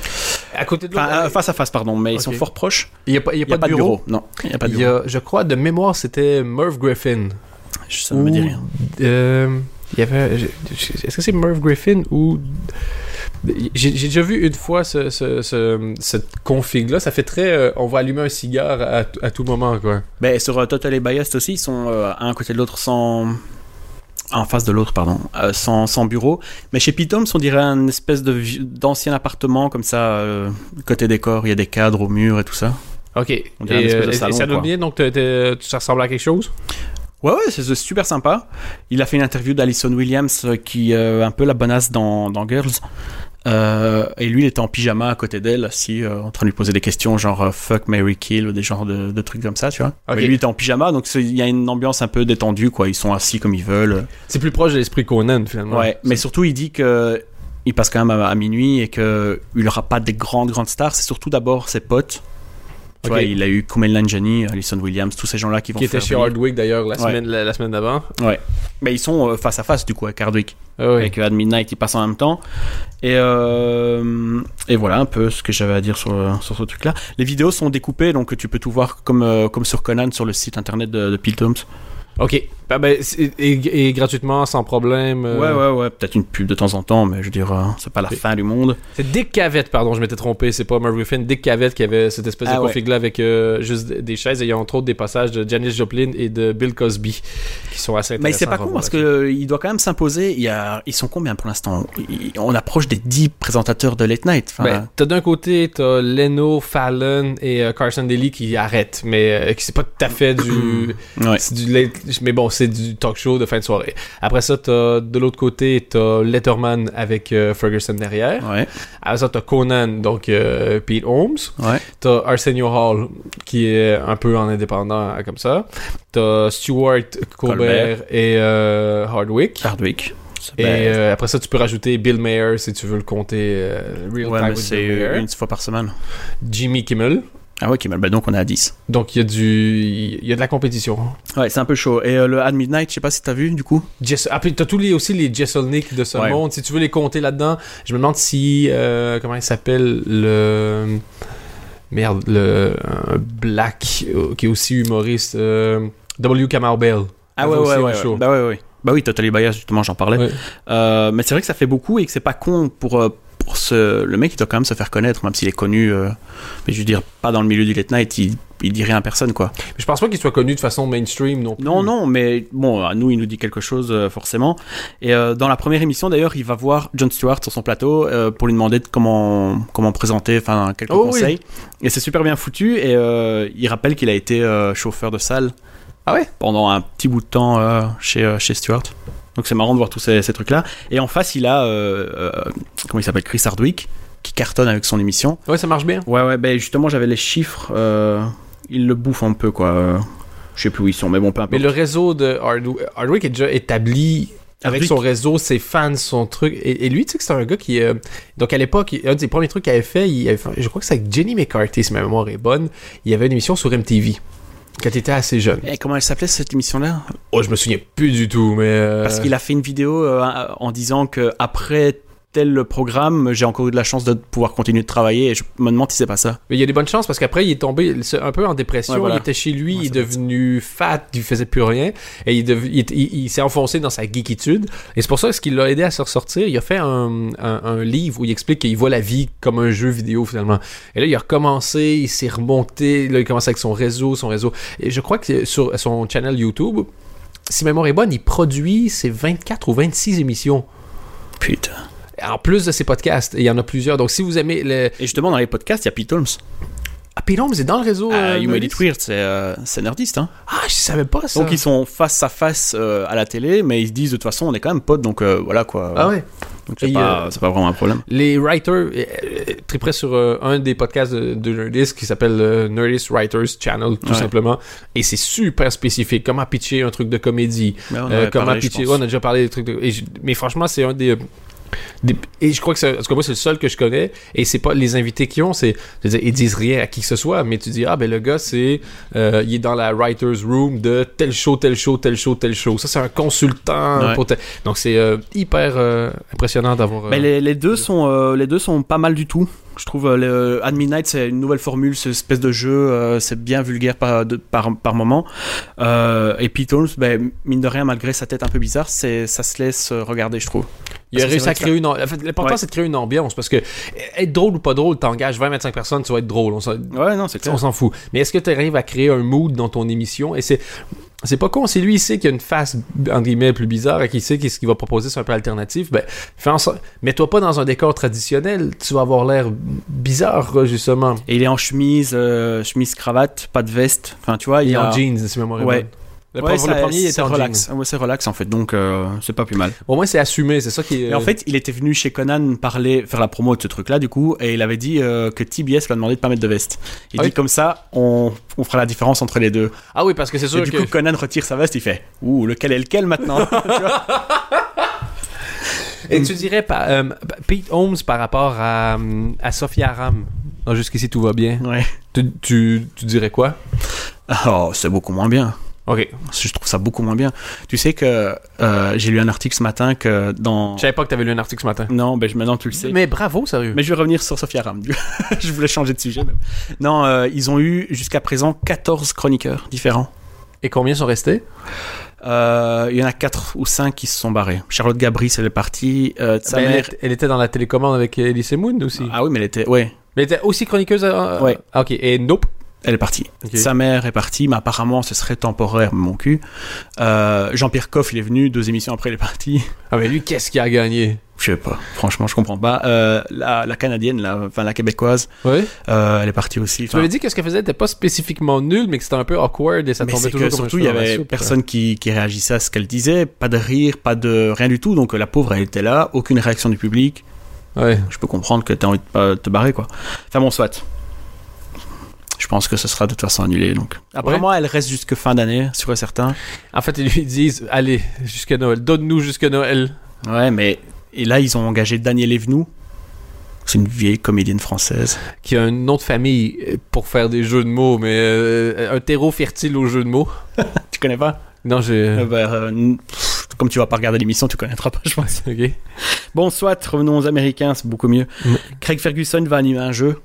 A: À côté de
B: Enfin, euh,
A: l'autre,
B: face à face, pardon, mais ils
A: Ok.
B: sont fort proches.
A: il n'y a, pas- il y a
B: Il n'y
A: pas de bureau.
B: Non, il n'y a pas de
A: Il y
B: bureau.
A: a, je crois, de mémoire, c'était Merv Griffin.
B: Je- Ça ne me
A: Ou-
B: dit rien.
A: euh, il y avait. je- je- Est-ce que c'est Merv Griffin ou. J'ai j'ai déjà vu une fois ce, ce- ce- cette config-là. Ça fait très. euh, on va allumer un cigare à, t- à tout moment, quoi.
B: Ben, sur euh, Total et Biased aussi, ils sont euh, à un côté de l'autre sans. En face de l'autre, pardon, euh, sans, sans bureau. Mais chez Pitoms, on dirait un espèce de vieux- d'ancien appartement comme ça, euh, côté décor, il y a des cadres au mur et tout ça.
A: Ok. Et,
B: On dirait une espèce de
A: euh, et
B: salon,
A: ça donne
B: quoi.
A: bien, donc t'es- t'es- ça ressemble à quelque chose
B: Ouais, ouais, c'est c'est super sympa. Il a fait une interview d'Alison Williams, euh, qui euh, un peu la bonasse dans, dans Girls. Euh, et lui, il était en pyjama à côté d'elle, assis, euh, en train de lui poser des questions, genre euh, fuck, Mary kill, ou des genres de, de trucs comme ça, tu vois.
A: Ok.
B: Mais lui, il était en pyjama, donc c'est- il y a une ambiance un peu détendue, quoi. Ils sont assis comme ils veulent.
A: C'est plus proche de l'esprit Conan, finalement.
B: Ouais, mais surtout, il dit que il passe quand même à, à minuit et que il aura pas des grandes, grandes stars. C'est surtout d'abord ses potes Tu vois,
A: Ok.
B: il a eu Kumail Nanjiani, Alison Williams, tous ces gens-là qui vont
A: Qui était
B: faire
A: chez
B: venir-
A: Hardwick d'ailleurs la
B: Ouais.
A: semaine, la, la semaine d'avant.
B: Mais ils sont euh, face à face du coup avec Hardwick.
A: Ah oui.
B: avec Ad Midnight ils passent en même temps et, euh, et voilà un peu ce que j'avais à dire sur, sur ce truc là les vidéos sont découpées donc tu peux tout voir comme, euh, comme sur Conan sur le site internet de, de Piltoms
A: Ok. Bah, ben, c'est- et, et gratuitement, sans problème. euh,
B: ouais ouais ouais peut-être une pub de temps en temps mais je veux dire euh, c'est pas la
A: Oui.
B: fin du monde
A: C'est Dick Cavett, pardon, je m'étais trompé, c'est pas Murray Finn. Dick Cavett qui avait cette espèce
B: Ah
A: de
B: ouais.
A: config-là avec euh, juste des chaises et il y a entre autres des passages de Janis Joplin et de Bill Cosby qui sont assez
B: mais c'est
A: intéressants
B: pas
A: à
B: con
A: revoir
B: parce
A: là-dessus.
B: que euh, il doit quand même s'imposer il y a, ils sont combien pour l'instant Il- on approche des 10 présentateurs de Late Night Enfin,
A: Ben, t'as d'un côté, t'as Leno, Fallon et euh, Carson Daly qui arrêtent, mais euh, qui c'est pas tout à fait du.
B: ouais.
A: C'est du late- mais bon, c'est du talk show de fin de soirée. Après ça, t'as de l'autre côté, t'as Letterman avec euh, Ferguson derrière.
B: ouais
A: Après ça, t'as Conan, donc euh, Pete Holmes.
B: ouais
A: T'as Arsenio Hall, qui est un peu en indépendant, hein, comme ça. T'as Stewart, Colbert,
B: Colbert.
A: et euh, Hardwick.
B: Hardwick
A: Et
B: Ben,
A: euh, après ça, tu peux rajouter Bill Mayer, si tu veux le compter euh, Real
B: ouais,
A: Time
B: mais
A: with
B: c'est euh,
A: Bill Maher.
B: une fois par semaine
A: Jimmy Kimmel.
B: ah ouais Kimmel ben donc on est à 10
A: Donc, il y, a du... il y a de la compétition.
B: Ouais, c'est un peu chaud. Et euh, le At Midnight, je sais pas si t'as vu du coup.
A: Jess... Ah, puis t'as tous les, aussi les Jesselnick de ce
B: Ouais.
A: monde. Si tu veux les compter là-dedans, je me demande si... euh, comment il s'appelle Le... Merde, le... un Black, euh, qui est aussi humoriste. euh, W. Kamau Bell. Ah ouais, ouais, ouais, ouais.
B: Bah ouais, ouais. Bah oui, Totally Bias, justement, j'en parlais.
A: Ouais.
B: Euh, mais c'est vrai que ça fait beaucoup et que c'est pas con pour, euh, pour ce... le mec, il doit quand même se faire connaître, même s'il est connu. euh, Mais je veux dire, pas dans le milieu du late night, il, il dit rien à personne, quoi.
A: Je pense pas qu'il soit connu de façon mainstream non plus.
B: Non, non, mais bon, à nous, il nous dit quelque chose, euh, forcément. Et euh, dans la première émission, d'ailleurs, il va voir John Stewart sur son plateau euh, pour lui demander de comment, comment présenter, enfin, quelques
A: Oh, oui.
B: conseils. Et c'est super bien foutu. Et euh, il rappelle qu'il a été euh, chauffeur de salle.
A: Ah ouais
B: Pendant un petit bout de temps euh, chez, euh, chez Stewart. Donc c'est marrant de voir tous ces, ces trucs-là. Et en face, il a, euh, euh, comment il s'appelle, Chris Hardwick, qui cartonne avec son émission.
A: Ouais, ça marche bien.
B: Ouais, ouais, ben justement, j'avais les chiffres. euh, ils le bouffent un peu, quoi. euh, Je sais plus où ils sont, mais bon, peu importe.
A: Mais le réseau de Hardwick, Hardwick est déjà établi. Avec
B: Hardwick.
A: son réseau, ses fans, son truc. Et, et lui, tu sais que c'est un gars qui. euh, donc à l'époque, il- un des premiers trucs qu'il avait fait, il avait fait- je crois que c'est avec Jenny McCarthy, si ma mémoire est bonne. Il y avait une émission sur MTV quand il était assez jeune.
B: Eh, comment elle s'appelait cette émission-là
A: Oh, je me souviens plus du tout, mais. euh,
B: Parce qu'il a fait une vidéo euh, en disant que après tel programme, j'ai encore eu de la chance de pouvoir continuer de travailler et je me demande si c'est pas ça.
A: Mais il y a des bonnes chances parce qu'après, il est tombé c'est un peu en dépression.
B: Ouais, voilà.
A: Il était chez lui,
B: Ouais,
A: il est
B: ça doit être
A: devenu fat, il faisait plus rien. Et il, est devenu- il est- il- il s'est enfoncé dans sa geekitude. Et c'est pour ça que ce qui l'a aidé à se ressortir, il a fait un, un- un livre où il explique qu'il voit la vie comme un jeu vidéo finalement. Et là, il a recommencé, il s'est remonté. Là, il commence avec son réseau, son réseau. Et je crois que sur son channel YouTube, si ma mémoire est bonne, il produit ses 24 ou 26 émissions.
B: Putain.
A: En plus de ses podcasts, Et il y en a plusieurs. Donc, si vous aimez le.
B: Et justement, dans les podcasts, il y a Pete Holmes.
A: Ah, puis non, mais c'est dans le réseau.
B: Ah,
A: euh,
B: you made
A: Nerdist.
B: it weird, c'est euh, c'est nerdiste. Hein.
A: Ah, je savais pas ça.
B: Donc ils sont face à face euh, à la télé, mais ils se disent de toute façon, on est quand même potes, donc euh, voilà quoi.
A: Ah ouais.
B: Donc c'est
A: Et, euh,
B: pas, c'est pas vraiment un problème.
A: Les writers, euh, euh, très près sur euh, un des podcasts de, de Nerdist qui s'appelle euh, Nerdist Writers Channel, tout
B: Ouais.
A: simplement. Et c'est super spécifique. Comment pitcher un truc de comédie.
B: Mais on en
A: euh,
B: avait
A: comment
B: parlé, je
A: pitcher.
B: pense.
A: on a déjà parlé des trucs de. et je- mais franchement, c'est un des. euh, des- et je crois que c'est, en tout cas, moi, c'est le seul que je connais. Et c'est pas les invités qui ont, c'est, je veux dire, ils disent rien à qui que ce soit, mais tu dis, ah, ben, le gars, c'est, euh, il est dans la writer's room de tel show, tel show, tel show, tel show. Ça, c'est un consultant.
B: Ouais.
A: pour tel- Donc, c'est euh, hyper euh, impressionnant d'avoir. euh,
B: Ben, les, les deux sont, euh, les deux sont pas mal du tout. Je trouve euh, le Ad Midnight, c'est une nouvelle formule, cette espèce de jeu, euh, c'est bien vulgaire par, de- par, par moment. Euh, et Pete Holmes, ben, mine de rien, malgré sa tête un peu bizarre, c'est, ça se laisse euh, regarder, je trouve.
A: Il a
B: Parce que
A: réussi
B: c'est
A: à
B: vrai que
A: créer une. am- En fait, l'important,
B: Ouais.
A: c'est de créer une ambiance parce que euh, être drôle ou pas drôle, t'engages 20-25 personnes, tu vas être drôle. On s'en,
B: Ouais, non, c'est
A: on s'en fout. Mais est-ce que tu arrives à créer un mood dans ton émission Et c'est. C'est pas con, c'est lui, il sait qu'il y a une face, entre guillemets, plus bizarre et qu'il sait que ce qu'il va proposer, c'est un peu alternatif. Ben, fais en sorte. Mets-toi pas dans un décor traditionnel, tu vas avoir l'air bizarre, justement.
B: Et il est en chemise, euh, chemise cravate, pas de veste. Enfin, tu vois, il
A: Il
B: est
A: est en jeans, si ma mémoire est
B: Ouais.
A: bonne. Le,
B: Ouais,
A: pre- le
B: ça-
A: premier, il
B: c'est
A: était en
B: relax.
A: relax.
B: Ouais, c'est relax en fait, donc euh, c'est pas plus mal.
A: Au moins, c'est assumé, c'est ça qui est.
B: Et en fait, il était venu chez Conan parler, faire la promo de ce truc-là, du coup, et il avait dit euh, que TBS lui a demandé de pas mettre de veste. Il
A: Ah
B: dit
A: oui.
B: comme ça, on, on fera la différence entre les deux.
A: Ah oui, parce que c'est
B: Et
A: sûr
B: du
A: que.
B: coup, Conan retire sa veste, il fait Ouh, lequel est
A: <laughs>
B: lequel maintenant
A: Et tu dirais, par- euh, Pete Holmes par rapport à, euh, à Sophia Aram Non, jusqu'ici tout va bien.
B: Ouais.
A: Tu, tu, tu dirais quoi
B: Oh, c'est beaucoup moins bien.
A: Ok.
B: Je trouve ça beaucoup moins bien. Tu sais que euh, j'ai lu un article ce matin que dans.
A: Je savais pas que t'avais lu un article ce matin.
B: Non, ben, je- maintenant tu le sais.
A: Mais bravo, sérieux.
B: Mais je vais revenir sur Sophia Ram. <laughs> je voulais changer de sujet. mais- Non, euh, ils ont eu jusqu'à présent 14 chroniqueurs différents.
A: Et combien sont restés
B: Euh, il y en a 4 ou 5 qui se sont barrés. Charlotte Gabri, elle est partie. Euh, sa
A: Ben, elle,
B: mère-
A: est- elle était dans la télécommande avec euh, Elise Moon aussi.
B: Ah oui, mais elle était. Ouais,
A: Mais elle était aussi chroniqueuse. à-
B: Ouais.
A: Ah, ok. Et Nope.
B: elle est partie.
A: Ok.
B: Sa mère est partie, mais apparemment ce serait temporaire, mon cul. Euh, Jean-Pierre Coff, il est venu, deux émissions après, il est parti. <laughs>
A: Ah, mais lui, qu'est-ce qu'il a gagné
B: Je sais pas, franchement, je comprends pas. Euh, la, la canadienne, la, enfin la québécoise,
A: Ouais.
B: euh, elle est partie aussi.
A: Tu m'avais dit que ce qu'elle faisait n'était pas spécifiquement nul, mais que c'était un peu awkward et ça
B: mais
A: tombait
B: c'est
A: toujours
B: que
A: comme un
B: surtout, il
A: cheveu
B: y
A: dans la
B: avait
A: soupe,
B: personne qui, qui réagissait à ce qu'elle disait, pas de rire, pas de rien du tout. Donc euh, la pauvre, elle était là, aucune réaction du public.
A: quoi. Ouais.
B: Je peux comprendre que t'as envie de pas te barrer, quoi. Enfin bon, soit. Je pense que ce sera de toute façon annulé, donc. Après
A: Ouais.
B: moi, elle reste jusque fin d'année, sûr et certain.
A: En fait, ils lui disent Allez, jusqu'à Noël, donne-nous jusqu'à Noël.
B: Ouais, mais et là ils ont engagé Daniel Evenou. C'est une vieille comédienne française.
A: Qui a un nom de famille euh, pour faire des jeux de mots, mais euh, un terreau fertile aux jeux de mots.
B: Tu connais pas
A: Non, j'ai.
B: Euh, bah, euh, n- pff, Comme tu vas pas regarder l'émission, tu connaîtras pas, <laughs> je pense.
A: <laughs> Ok.
B: Bon, soit revenons aux Américains, c'est beaucoup mieux.
A: Mm.
B: Craig Ferguson va animer un jeu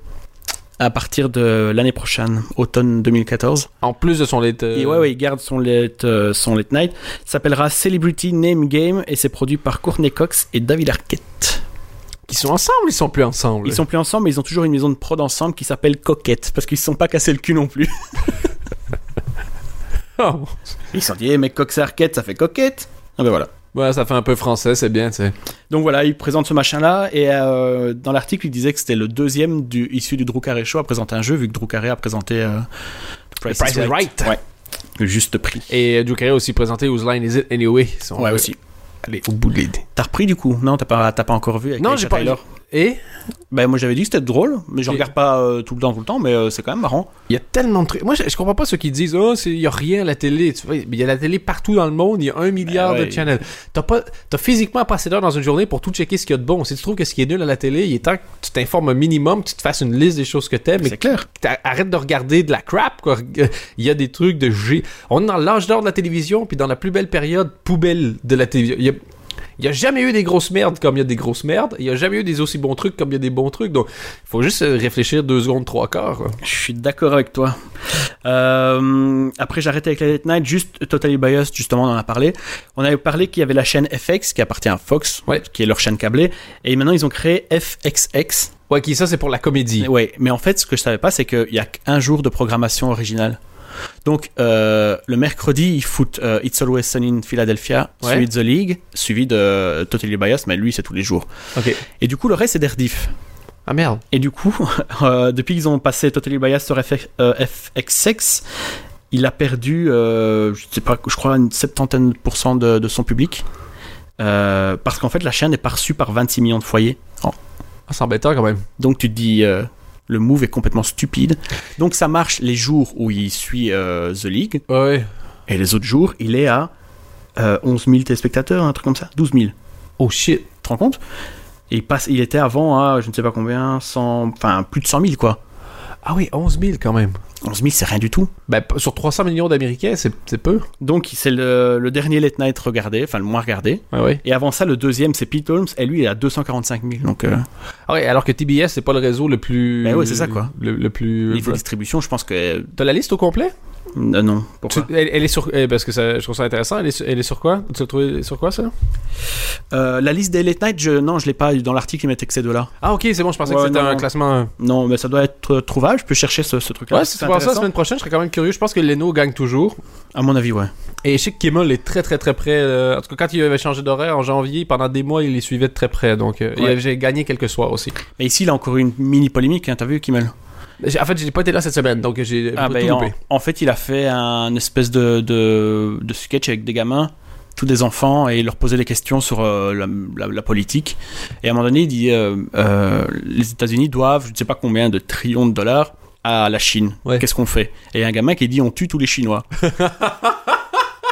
B: à partir de l'année prochaine, automne 2014.
A: En plus de son lettre. euh,
B: Et ouais, ouais, il garde son late, euh, son late night. Ça s'appellera Celebrity Name Game et c'est produit par Courtney Cox et David Arquette.
A: Qui sont ensemble, ils sont plus ensemble.
B: Ils
A: <laughs>
B: sont plus ensemble, mais ils ont toujours une maison de prod ensemble qui s'appelle Coquette parce qu'ils se sont pas cassés le cul non plus.
A: Oh.
B: <laughs> Ils se sont dit, eh, mais Cox et Arquette, ça fait Coquette. Ah ben voilà.
A: Ouais, ça fait un peu français, c'est bien, tu sais.
B: Donc voilà, il présente ce machin-là, et euh, dans l'article, il disait que c'était le deuxième du, issu du Drew Carey Show à présenter un jeu, vu que Drew Carey a présenté euh, The
A: The Price is Right.
B: Ouais. Le juste prix.
A: Et Drew Carey a aussi présenté Whose Line Is It Anyway. Si on
B: ouais,
A: veut
B: aussi.
A: Aller au bout de l'idée.
B: T'as repris du coup Non, t'as pas, t'as pas encore vu avec
A: Non,
B: Aisha
A: j'ai pas-
B: Tyler
A: Et
B: Ben, moi j'avais dit que c'était drôle, mais je
A: Et-
B: regarde pas euh, tout le temps, tout le temps, mais euh, c'est quand même marrant.
A: il y a tellement de trucs. Moi, je, je comprends pas ceux qui disent Oh, il y a rien à la télé. Tu vois, il y a la télé partout dans le monde. Il y a un milliard
B: Ben ouais.
A: de channels. T'as pas, t'as physiquement pas assez d'heures dans une journée pour tout checker ce qu'il y a de bon. Si tu trouves que ce qui est nul à la télé, il est temps que tu t'informes un minimum, que tu te fasses une liste des choses que t'aimes. et
B: C'est clair.
A: T'a- arrête de regarder de la crap quoi. Il y a des trucs de G. On est dans l'âge d'or de la télévision puis dans la plus belle période poubelle de la télévision. Il y a il y a jamais eu des grosses merdes comme il y a des grosses merdes. Il y a jamais eu des aussi bons trucs comme il y a des bons trucs. Donc, il faut juste euh, réfléchir deux secondes, trois quarts. quoi.
B: Je suis d'accord avec toi. Euh, après, j'arrêtais avec la Late Night, juste Totally Bias, justement, on en a parlé. On avait parlé qu'il y avait la chaîne FX qui appartient à Fox,
A: Ouais.
B: qui est leur chaîne câblée, et maintenant ils ont créé FXX.
A: Ouais, qui ça, c'est pour la comédie.
B: Ouais, mais en fait, ce que je savais pas, c'est qu'il y a qu'un jour de programmation originale. Donc, euh, le mercredi, ils foutent euh, It's Always Sunny in Philadelphia,
A: Ouais.
B: suivi de The League, suivi de euh, Totally Bias, mais lui, c'est tous les jours.
A: Ok.
B: Et du coup, le reste, c'est des rediffs.
A: Ah merde.
B: Et du coup, <laughs> euh, depuis qu'ils ont passé Totally Bias sur FX, euh, FXX, il a perdu, euh, je sais pas, je crois, une septantaine de pourcents de, de son public. Euh, parce qu'en fait, la chaîne est pas reçue par 26 millions de foyers. En-
A: Ah, c'est embêtant quand même.
B: donc tu te dis, euh, le move est complètement stupide. Donc ça marche les jours où il suit euh, The League,
A: Ouais, Ouais.
B: et les autres jours, il est à euh, 11 000 téléspectateurs, un truc comme ça, 12 000. Tu
A: Oh shit.
B: te rends compte et il, passe, il était avant à, je ne sais pas combien, 100, enfin plus de 100 000 quoi.
A: Ah oui, 11 000 quand même.
B: 11 000 c'est rien du tout.
A: Ben, p- sur 300 millions d'Américains, c'est c'est peu.
B: Donc c'est le, le dernier late night regardé, enfin le moins regardé.
A: Ouais, ouais.
B: Et avant ça, le deuxième c'est Pete Holmes, et lui il est à 245 000. Donc euh,
A: Ah ouais, alors que TBS, c'est pas le réseau le plus.
B: Ben ouais, c'est ça, quoi.
A: Le, le plus.
B: niveau distribution, je pense que. euh,
A: T'as la liste au complet?
B: non, pourquoi
A: Tu- elle, elle est sur. eh, parce que ça, je trouve ça intéressant. Elle est sur, elle est sur quoi Tu l'as trouvé sur quoi ça
B: Euh, La liste des late night, je, non, je l'ai pas, dans l'article ils mettent que ces deux-là.
A: Ah, ok, c'est bon, je pensais que
B: Ouais,
A: c'était
B: non,
A: un
B: non.
A: classement.
B: Non, mais ça doit être euh, trouvable. Je peux chercher ce, ce truc-là.
A: Ouais, si c'est pour ça, la semaine prochaine, je serais quand même curieux. Je pense que Leno gagne toujours.
B: À mon avis, ouais.
A: Et je sais que Kimmel est très très très près. euh, en tout cas, quand il avait changé d'horaire en janvier, pendant des mois, il les suivait de très près. Donc, euh, il
B: Ouais.
A: avait gagné quelques soirs aussi.
B: Mais ici, il a encore eu une mini polémique. Hein, T'as vu, Kimmel
A: J'ai- En fait, j'ai pas été là cette semaine, donc j'ai pas tout
B: Ah, ben, en,
A: loupé.
B: en fait, il a fait un espèce de, de, de sketch avec des gamins, tous des enfants, et il leur posait des questions sur euh, la, la- la politique. Et à un moment donné, il dit euh, euh, les États-Unis doivent, je ne sais pas combien de trillions de dollars à la Chine.
A: Ouais.
B: Qu'est-ce qu'on fait Et il y a un gamin qui dit on tue tous les Chinois.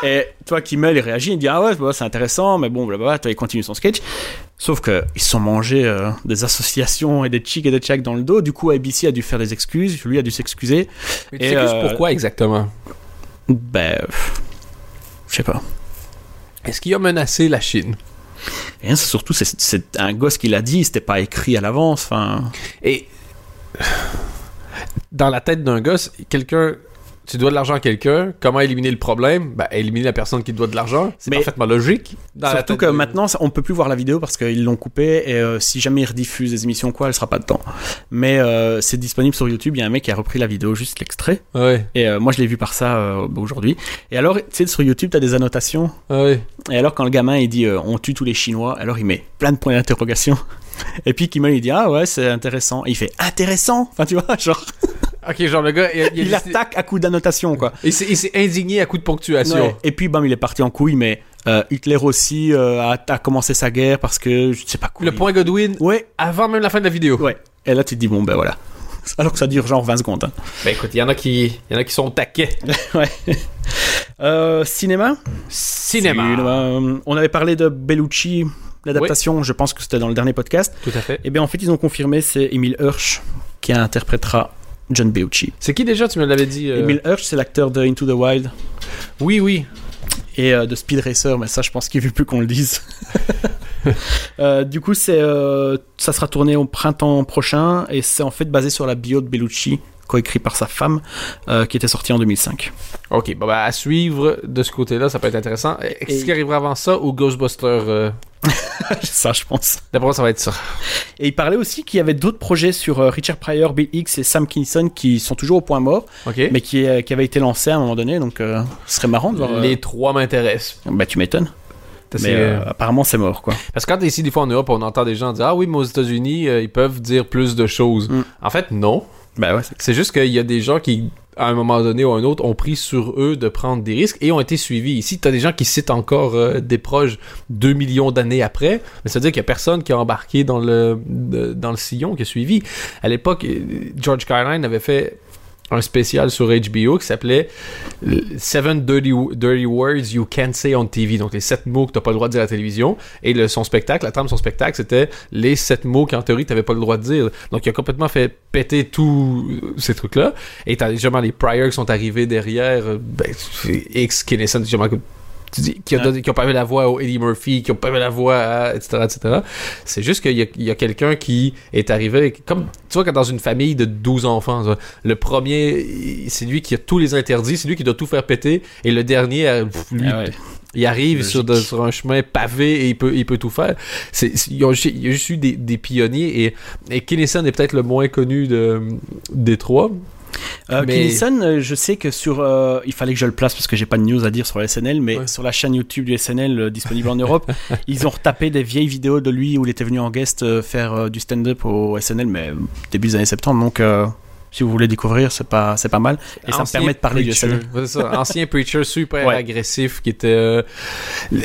B: Et toi, Kimmel, il réagit, il dit Ah ouais, bah, c'est intéressant, mais bon, blablabla, toi, il continue son sketch. Sauf que ils se sont mangés euh, des associations et des chics et des tchaks dans le dos. Du coup, ABC a dû faire des excuses. Lui a dû s'excuser.
A: Mais
B: Et,
A: tu sais que c'est
B: euh,
A: pourquoi exactement
B: Ben, pff, je sais pas.
A: Est-ce qu'il a menacé la Chine
B: Et hein, c'est surtout, c'est- c'est un gosse qui l'a dit. C'était pas écrit à l'avance. Enfin,
A: Et dans la tête d'un gosse, quelqu'un, tu dois de l'argent à quelqu'un, comment éliminer le problème Ben, éliminer la personne qui te doit de l'argent, c'est
B: Mais-
A: parfaitement logique. Dans la
B: surtout
A: tête
B: que
A: de-
B: maintenant, ça- on peut plus voir la vidéo parce qu'ils l'ont coupée. Et euh, si jamais ils rediffusent des émissions ou quoi, elle sera pas dedans. Mais euh, c'est disponible sur YouTube. Il y a un mec qui a repris la vidéo, juste l'extrait.
A: Ouais,
B: Et euh, moi, je l'ai vu par ça euh, aujourd'hui. Et alors, tu sais, sur YouTube, t'as des annotations.
A: ouais.
B: Et alors, quand le gamin, il dit euh, on tue tous les Chinois, alors il met plein de points d'interrogation. <laughs> Et puis Kimon, il dit ah ouais, c'est intéressant. Et il fait intéressant. Enfin, tu vois, <laughs> genre,
A: Ok, genre le gars, il, a- il a
B: il
A: décidé-
B: attaque à coups d'annotation, quoi.
A: il s'est il s'est indigné à coup de ponctuation.
B: Ouais. Et puis, bam, il est parti en couille, mais euh, Hitler aussi euh, a, a commencé sa guerre parce que je sais pas quoi.
A: Le
B: il-
A: point Godwin,
B: Ouais,
A: avant même la fin de la vidéo.
B: ouais. Et là, tu te dis bon, ben voilà. Alors que ça dure genre 20 secondes. hein.
A: Ben écoute, il y en a qui, il y en a qui sont au taquet.
B: Euh, cinéma
A: Cinéma.
B: Cinéma. On avait parlé de Bellucci, l'adaptation, je pense que c'était dans le dernier podcast.
A: Tout à fait.
B: Et bien en fait, ils ont confirmé, c'est Emile Hirsch qui interprétera John Bellucci.
A: C'est qui déjà Tu me l'avais dit. euh,
B: Emile Hirsch, c'est l'acteur de Into the Wild
A: Oui, oui.
B: et euh, de Speed Racer, mais ça, je pense qu'il veut plus qu'on le dise.
A: <laughs>
B: Euh, du coup, c'est, euh, ça sera tourné au printemps prochain et c'est en fait basé sur la bio de Bellucci, coécrit par sa femme, euh, qui était sortie en 2005.
A: Ok, bon, ben, à suivre de ce côté-là, ça peut être intéressant. Est-ce
B: Et-
A: qui arrivera avant ça ou Ghostbuster euh,
B: <laughs> ça, je pense.
A: D'après moi, ça va être ça.
B: Et il parlait aussi qu'il y avait d'autres projets sur euh, Richard Pryor, Bill Hicks et Sam Kinison qui sont toujours au point mort,
A: Ok.
B: mais qui, euh, qui avaient été lancés à un moment donné, donc euh, ce serait marrant de voir. euh,
A: Les trois m'intéressent.
B: Bah tu m'étonnes. Mais
A: C'est, euh,
B: euh, apparemment c'est mort quoi.
A: Parce que quand ici, des fois en Europe, on entend des gens dire Ah oui, mais aux États-Unis, euh, ils peuvent dire plus de choses.
B: Mm.
A: En fait, non.
B: Bah ouais.
A: C'est juste qu'il y a des gens qui, à un moment donné ou à un autre, ont pris sur eux de prendre des risques et ont été suivis. Ici, tu as des gens qui citent encore euh, des proches 2 millions d'années après, mais ça veut dire qu'il n'y a personne qui a embarqué dans le, de- dans le sillon, qui a suivi. À l'époque, euh, George Carlin avait fait un spécial sur HBO qui s'appelait euh, Seven Dirty, Dirty Words You Can't Say on TV, donc les 7 mots que tu pas le droit de dire à la télévision. Et le, son spectacle, la trame de son spectacle, c'était les 7 mots qu'en théorie tu pas le droit de dire. Donc il a complètement fait péter tous euh, ces trucs-là. Et t'as justement les Prior qui sont arrivés derrière, euh, ben, c'est X, Kinnison, justement, que tu dis, qui, a
B: Ouais.
A: donné- qui ont pas eu la voix au Eddie Murphy, qui ont pas eu la voix à, etc., etc. C'est juste qu'il y a, il y a quelqu'un qui est arrivé, comme, tu vois, quand dans une famille de 12 enfants, ça, le premier, il- c'est lui qui a tous les interdits, c'est lui qui doit tout faire péter, et le dernier, euh, pff, lui,
B: Ah ouais.
A: il arrive
B: Logique.
A: sur, de- sur un chemin pavé et il peut, il peut tout faire. C'est, c'est- ils ont ju- il y a juste eu des, des pionniers et, et Kinnison est peut-être le moins connu de, des trois.
B: Euh,
A: Mais-
B: Kinison, euh, je sais que sur, euh, il fallait que je le place parce que j'ai pas de news à dire sur le SNL, mais
A: Ouais.
B: sur la chaîne YouTube du SNL euh, disponible en Europe,
A: <laughs>
B: ils ont retapé des vieilles vidéos de lui où il était venu en guest euh, faire euh, du stand-up au SNL, mais euh, début des années 70. Donc euh, si vous voulez découvrir, c'est pas, c'est pas mal. Et ça me
A: Ancien
B: permet de parler du
A: preacher.
B: SNL.
A: Ouais, c'est ça. Ancien preacher super
B: <laughs> Ouais.
A: agressif qui était. euh, le-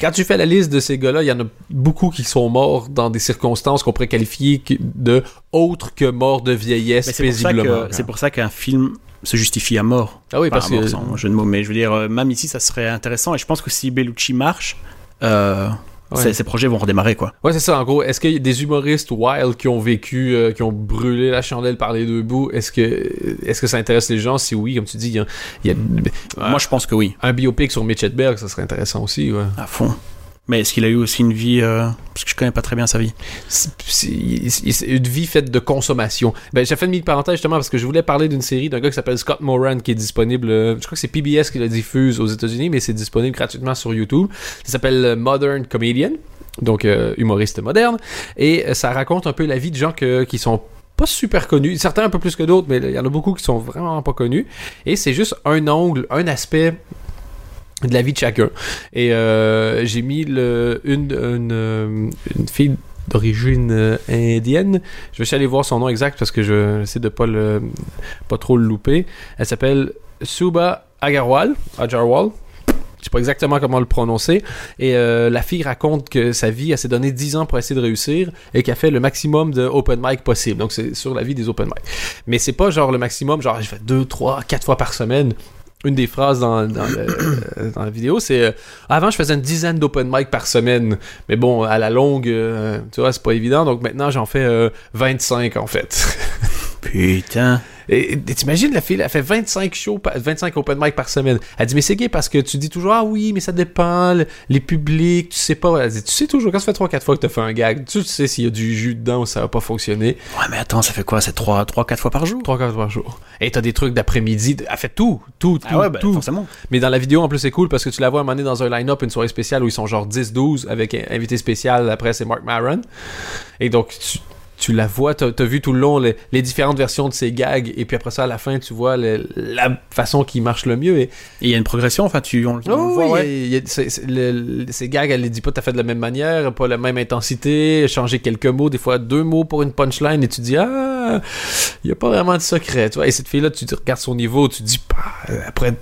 A: Quand tu fais la liste de ces gars-là, il y en a beaucoup qui sont morts dans des circonstances qu'on pourrait qualifier que- de autres que morts de vieillesse
B: Mais C'est pour ça
A: paisiblement.
B: que- c'est pour ça qu'un film se justifie à mort.
A: Ah oui,
B: Enfin,
A: parce
B: à mort,
A: que.
B: sans jeu de mots, mais je veux dire, euh, même ici, ça serait intéressant. Et je pense que si Bellucci marche, euh,
A: Ouais.
B: ces, ces projets vont redémarrer, quoi.
A: Ouais, c'est ça, en gros. Est-ce qu'il y a des humoristes wild qui ont vécu, euh, qui ont brûlé la chandelle par les deux bouts? Est-ce que, est-ce que ça intéresse les gens? Si oui, comme tu dis, il y a, il y a-
B: Moi, je pense que oui,
A: un biopic sur Mitch Hedberg, ça serait intéressant aussi, ouais.
B: à fond. Mais est-ce qu'il a eu aussi une vie euh, Parce que je connais pas très bien sa vie.
A: C'est- c'est c'est une vie faite de consommation. Ben, j'ai fait une mini-parenthèse justement parce que je voulais parler d'une série d'un gars qui s'appelle Scott Moran qui est disponible, euh, je crois que c'est PBS qui la diffuse aux États-Unis, mais c'est disponible gratuitement sur YouTube. Ça s'appelle euh, Modern Comedian, donc euh, humoriste moderne, et euh, ça raconte un peu la vie de gens que- qui sont pas super connus, certains un peu plus que d'autres, mais il y en a beaucoup qui sont vraiment pas connus, et c'est juste un angle, un aspect de la vie de chacun. Et euh, j'ai mis le, une, une, euh, une fille d'origine euh, indienne. Je vais juste aller voir son nom exact parce que je j'essaie de pas le pas trop le louper. Elle s'appelle Suba Agarwal, Agarwal. Je sais pas exactement comment le prononcer. Et euh, la fille raconte que sa vie, elle s'est donné 10 ans pour essayer de réussir et qu'elle fait le maximum de open mic possible. Donc c'est sur la vie des open mic. Mais c'est pas genre le maximum, genre je fais 2, 3, 4 fois par semaine. une des phrases dans, dans, le- <coughs> dans la vidéo, c'est euh, Avant, je faisais une dizaine d'open mic par semaine, mais bon, à la longue, euh, tu vois, c'est pas évident, donc maintenant j'en fais euh, 25 en fait. <laughs>
B: Putain.
A: Et, et t'imagines, la fille, elle fait 25 shows, par- 25 open mic par semaine. Elle dit, mais c'est gay parce que tu dis toujours, ah oui, mais ça dépend, le- les publics, tu sais pas. Elle dit, tu sais toujours, quand ça fait 3-4 fois que t'as fait un gag, tu sais s'il y a du jus dedans ou ça va pas fonctionner.
B: Ouais, mais attends, ça fait quoi C'est 3 trois, quatre fois par jour
A: 3-4 par jour. Et t'as des trucs d'après-midi, elle fait tout, tout, tout,
B: Ah ouais, bah,
A: tout.
B: forcément.
A: Mais dans la vidéo, en plus, c'est cool parce que tu la vois à un moment donné dans un line-up, une soirée spéciale où ils sont genre 10-12 avec un invité spécial. Après, c'est Mark Maron. Et donc, tu, tu la vois, t'as as vu tout le long les, les différentes versions de ses gags. Et puis après ça, à la fin, tu vois le- la façon qui marche le mieux. Et
B: Et il y a une progression, enfin, tu on, le- on le
A: Oh,
B: voit,
A: oui,
B: ouais.
A: il y a- il y a- c'est- c'est- le- le- ces gags, elle les dit pas tout à fait de la même manière, pas la même intensité, changer quelques mots, des fois deux mots pour une punchline, et tu dis, ah, il y a pas vraiment de secret, tu vois. Et cette fille-là, tu te regardes son niveau, tu te dis, bah, après,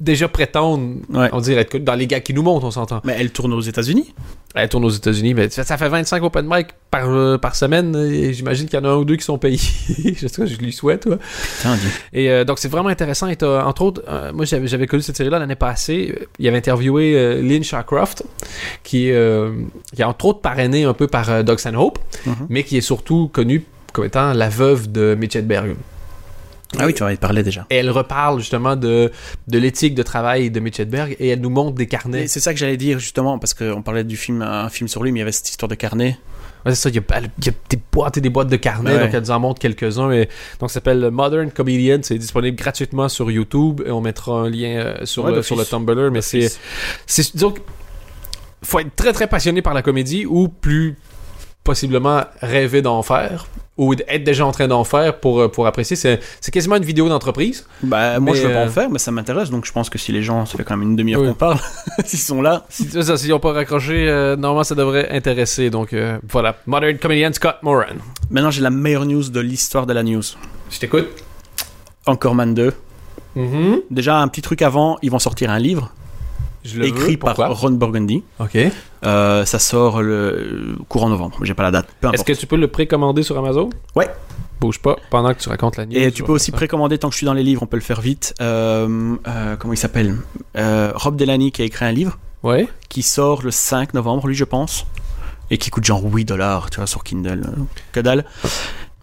A: déjà prétendre,
B: Ouais.
A: on dirait, être dans les gags qui nous montent, on s'entend.
B: Mais elle tourne aux États-Unis.
A: Elle tourne aux États-Unis, mais ça ça fait 25 open mic par, euh, par semaine, et j'imagine qu'il y en a un ou deux qui sont payés. <laughs> je, sais pas, je lui souhaite, ouais.
B: Putain, dis-
A: Et euh, donc, c'est vraiment intéressant. Et t'as, entre autres, euh, moi, j'avais, j'avais connu cette série-là l'année passée. Euh, Il avait interviewé euh, Lynn Shawcroft, qui est, euh, qui est entre autres parrainée un peu par euh, Doug Stanhope,
B: Mhm.
A: mais qui est surtout connue comme étant la veuve de Mitchell Berg.
B: Ah oui, tu en avais parlé déjà.
A: Et elle reparle justement de, de l'éthique de travail de Mitchell Berg et elle nous montre des carnets.
B: Mais C'est ça que j'allais dire justement, parce qu'on parlait du film, un film sur lui, mais il y avait cette histoire de carnet.
A: Ouais, c'est ça, il y, a, elle- il y a des boîtes et des boîtes de carnets,
B: Ouais.
A: donc elle nous en montre quelques-uns. Et, donc ça s'appelle Modern Comedian, c'est disponible gratuitement sur YouTube et on mettra un lien euh, sur,
B: Ouais,
A: le, sur le
B: d'office.
A: Tumblr, mais c'est... c'est donc faut être très très passionné par la comédie ou plus possiblement rêver d'en faire ou être déjà en train d'en faire pour, euh, pour apprécier. C'est c'est quasiment une vidéo d'entreprise.
B: Bah, moi
A: Mais,
B: je veux pas en
A: euh,
B: faire, mais ça m'intéresse, donc je pense que si les gens, ça fait quand même une demi-heure
A: Oui.
B: qu'on parle, <laughs> s'ils sont là.
A: Si ça, s'ils n'ont pas raccroché, euh, normalement ça devrait intéresser. Donc euh, voilà, Modern Comedian Scott Moran.
B: Maintenant j'ai la meilleure news de l'histoire de la news.
A: Je t'écoute.
B: Encore Man 2.
A: Mm-hmm.
B: Déjà un petit truc avant, ils vont sortir un livre
A: Je le
B: écrit
A: veux.
B: par
A: Pourquoi?
B: Ron Burgundy.
A: Ok. Est-ce
B: Euh, ça sort le courant novembre, j'ai pas la date. Peu importe.
A: que tu peux le précommander sur Amazon?
B: Ouais.
A: Bouge pas pendant que tu racontes la news.
B: Et tu
A: vas
B: peux
A: faire
B: aussi
A: ça.
B: précommander tant que je suis dans les livres, on peut le faire vite. Euh, euh, comment il s'appelle Euh, Rob Delaney qui a écrit un livre
A: Ouais.
B: qui sort le 5 novembre, lui je pense, et qui coûte genre 8 dollars, tu vois, sur Kindle, euh, que dalle.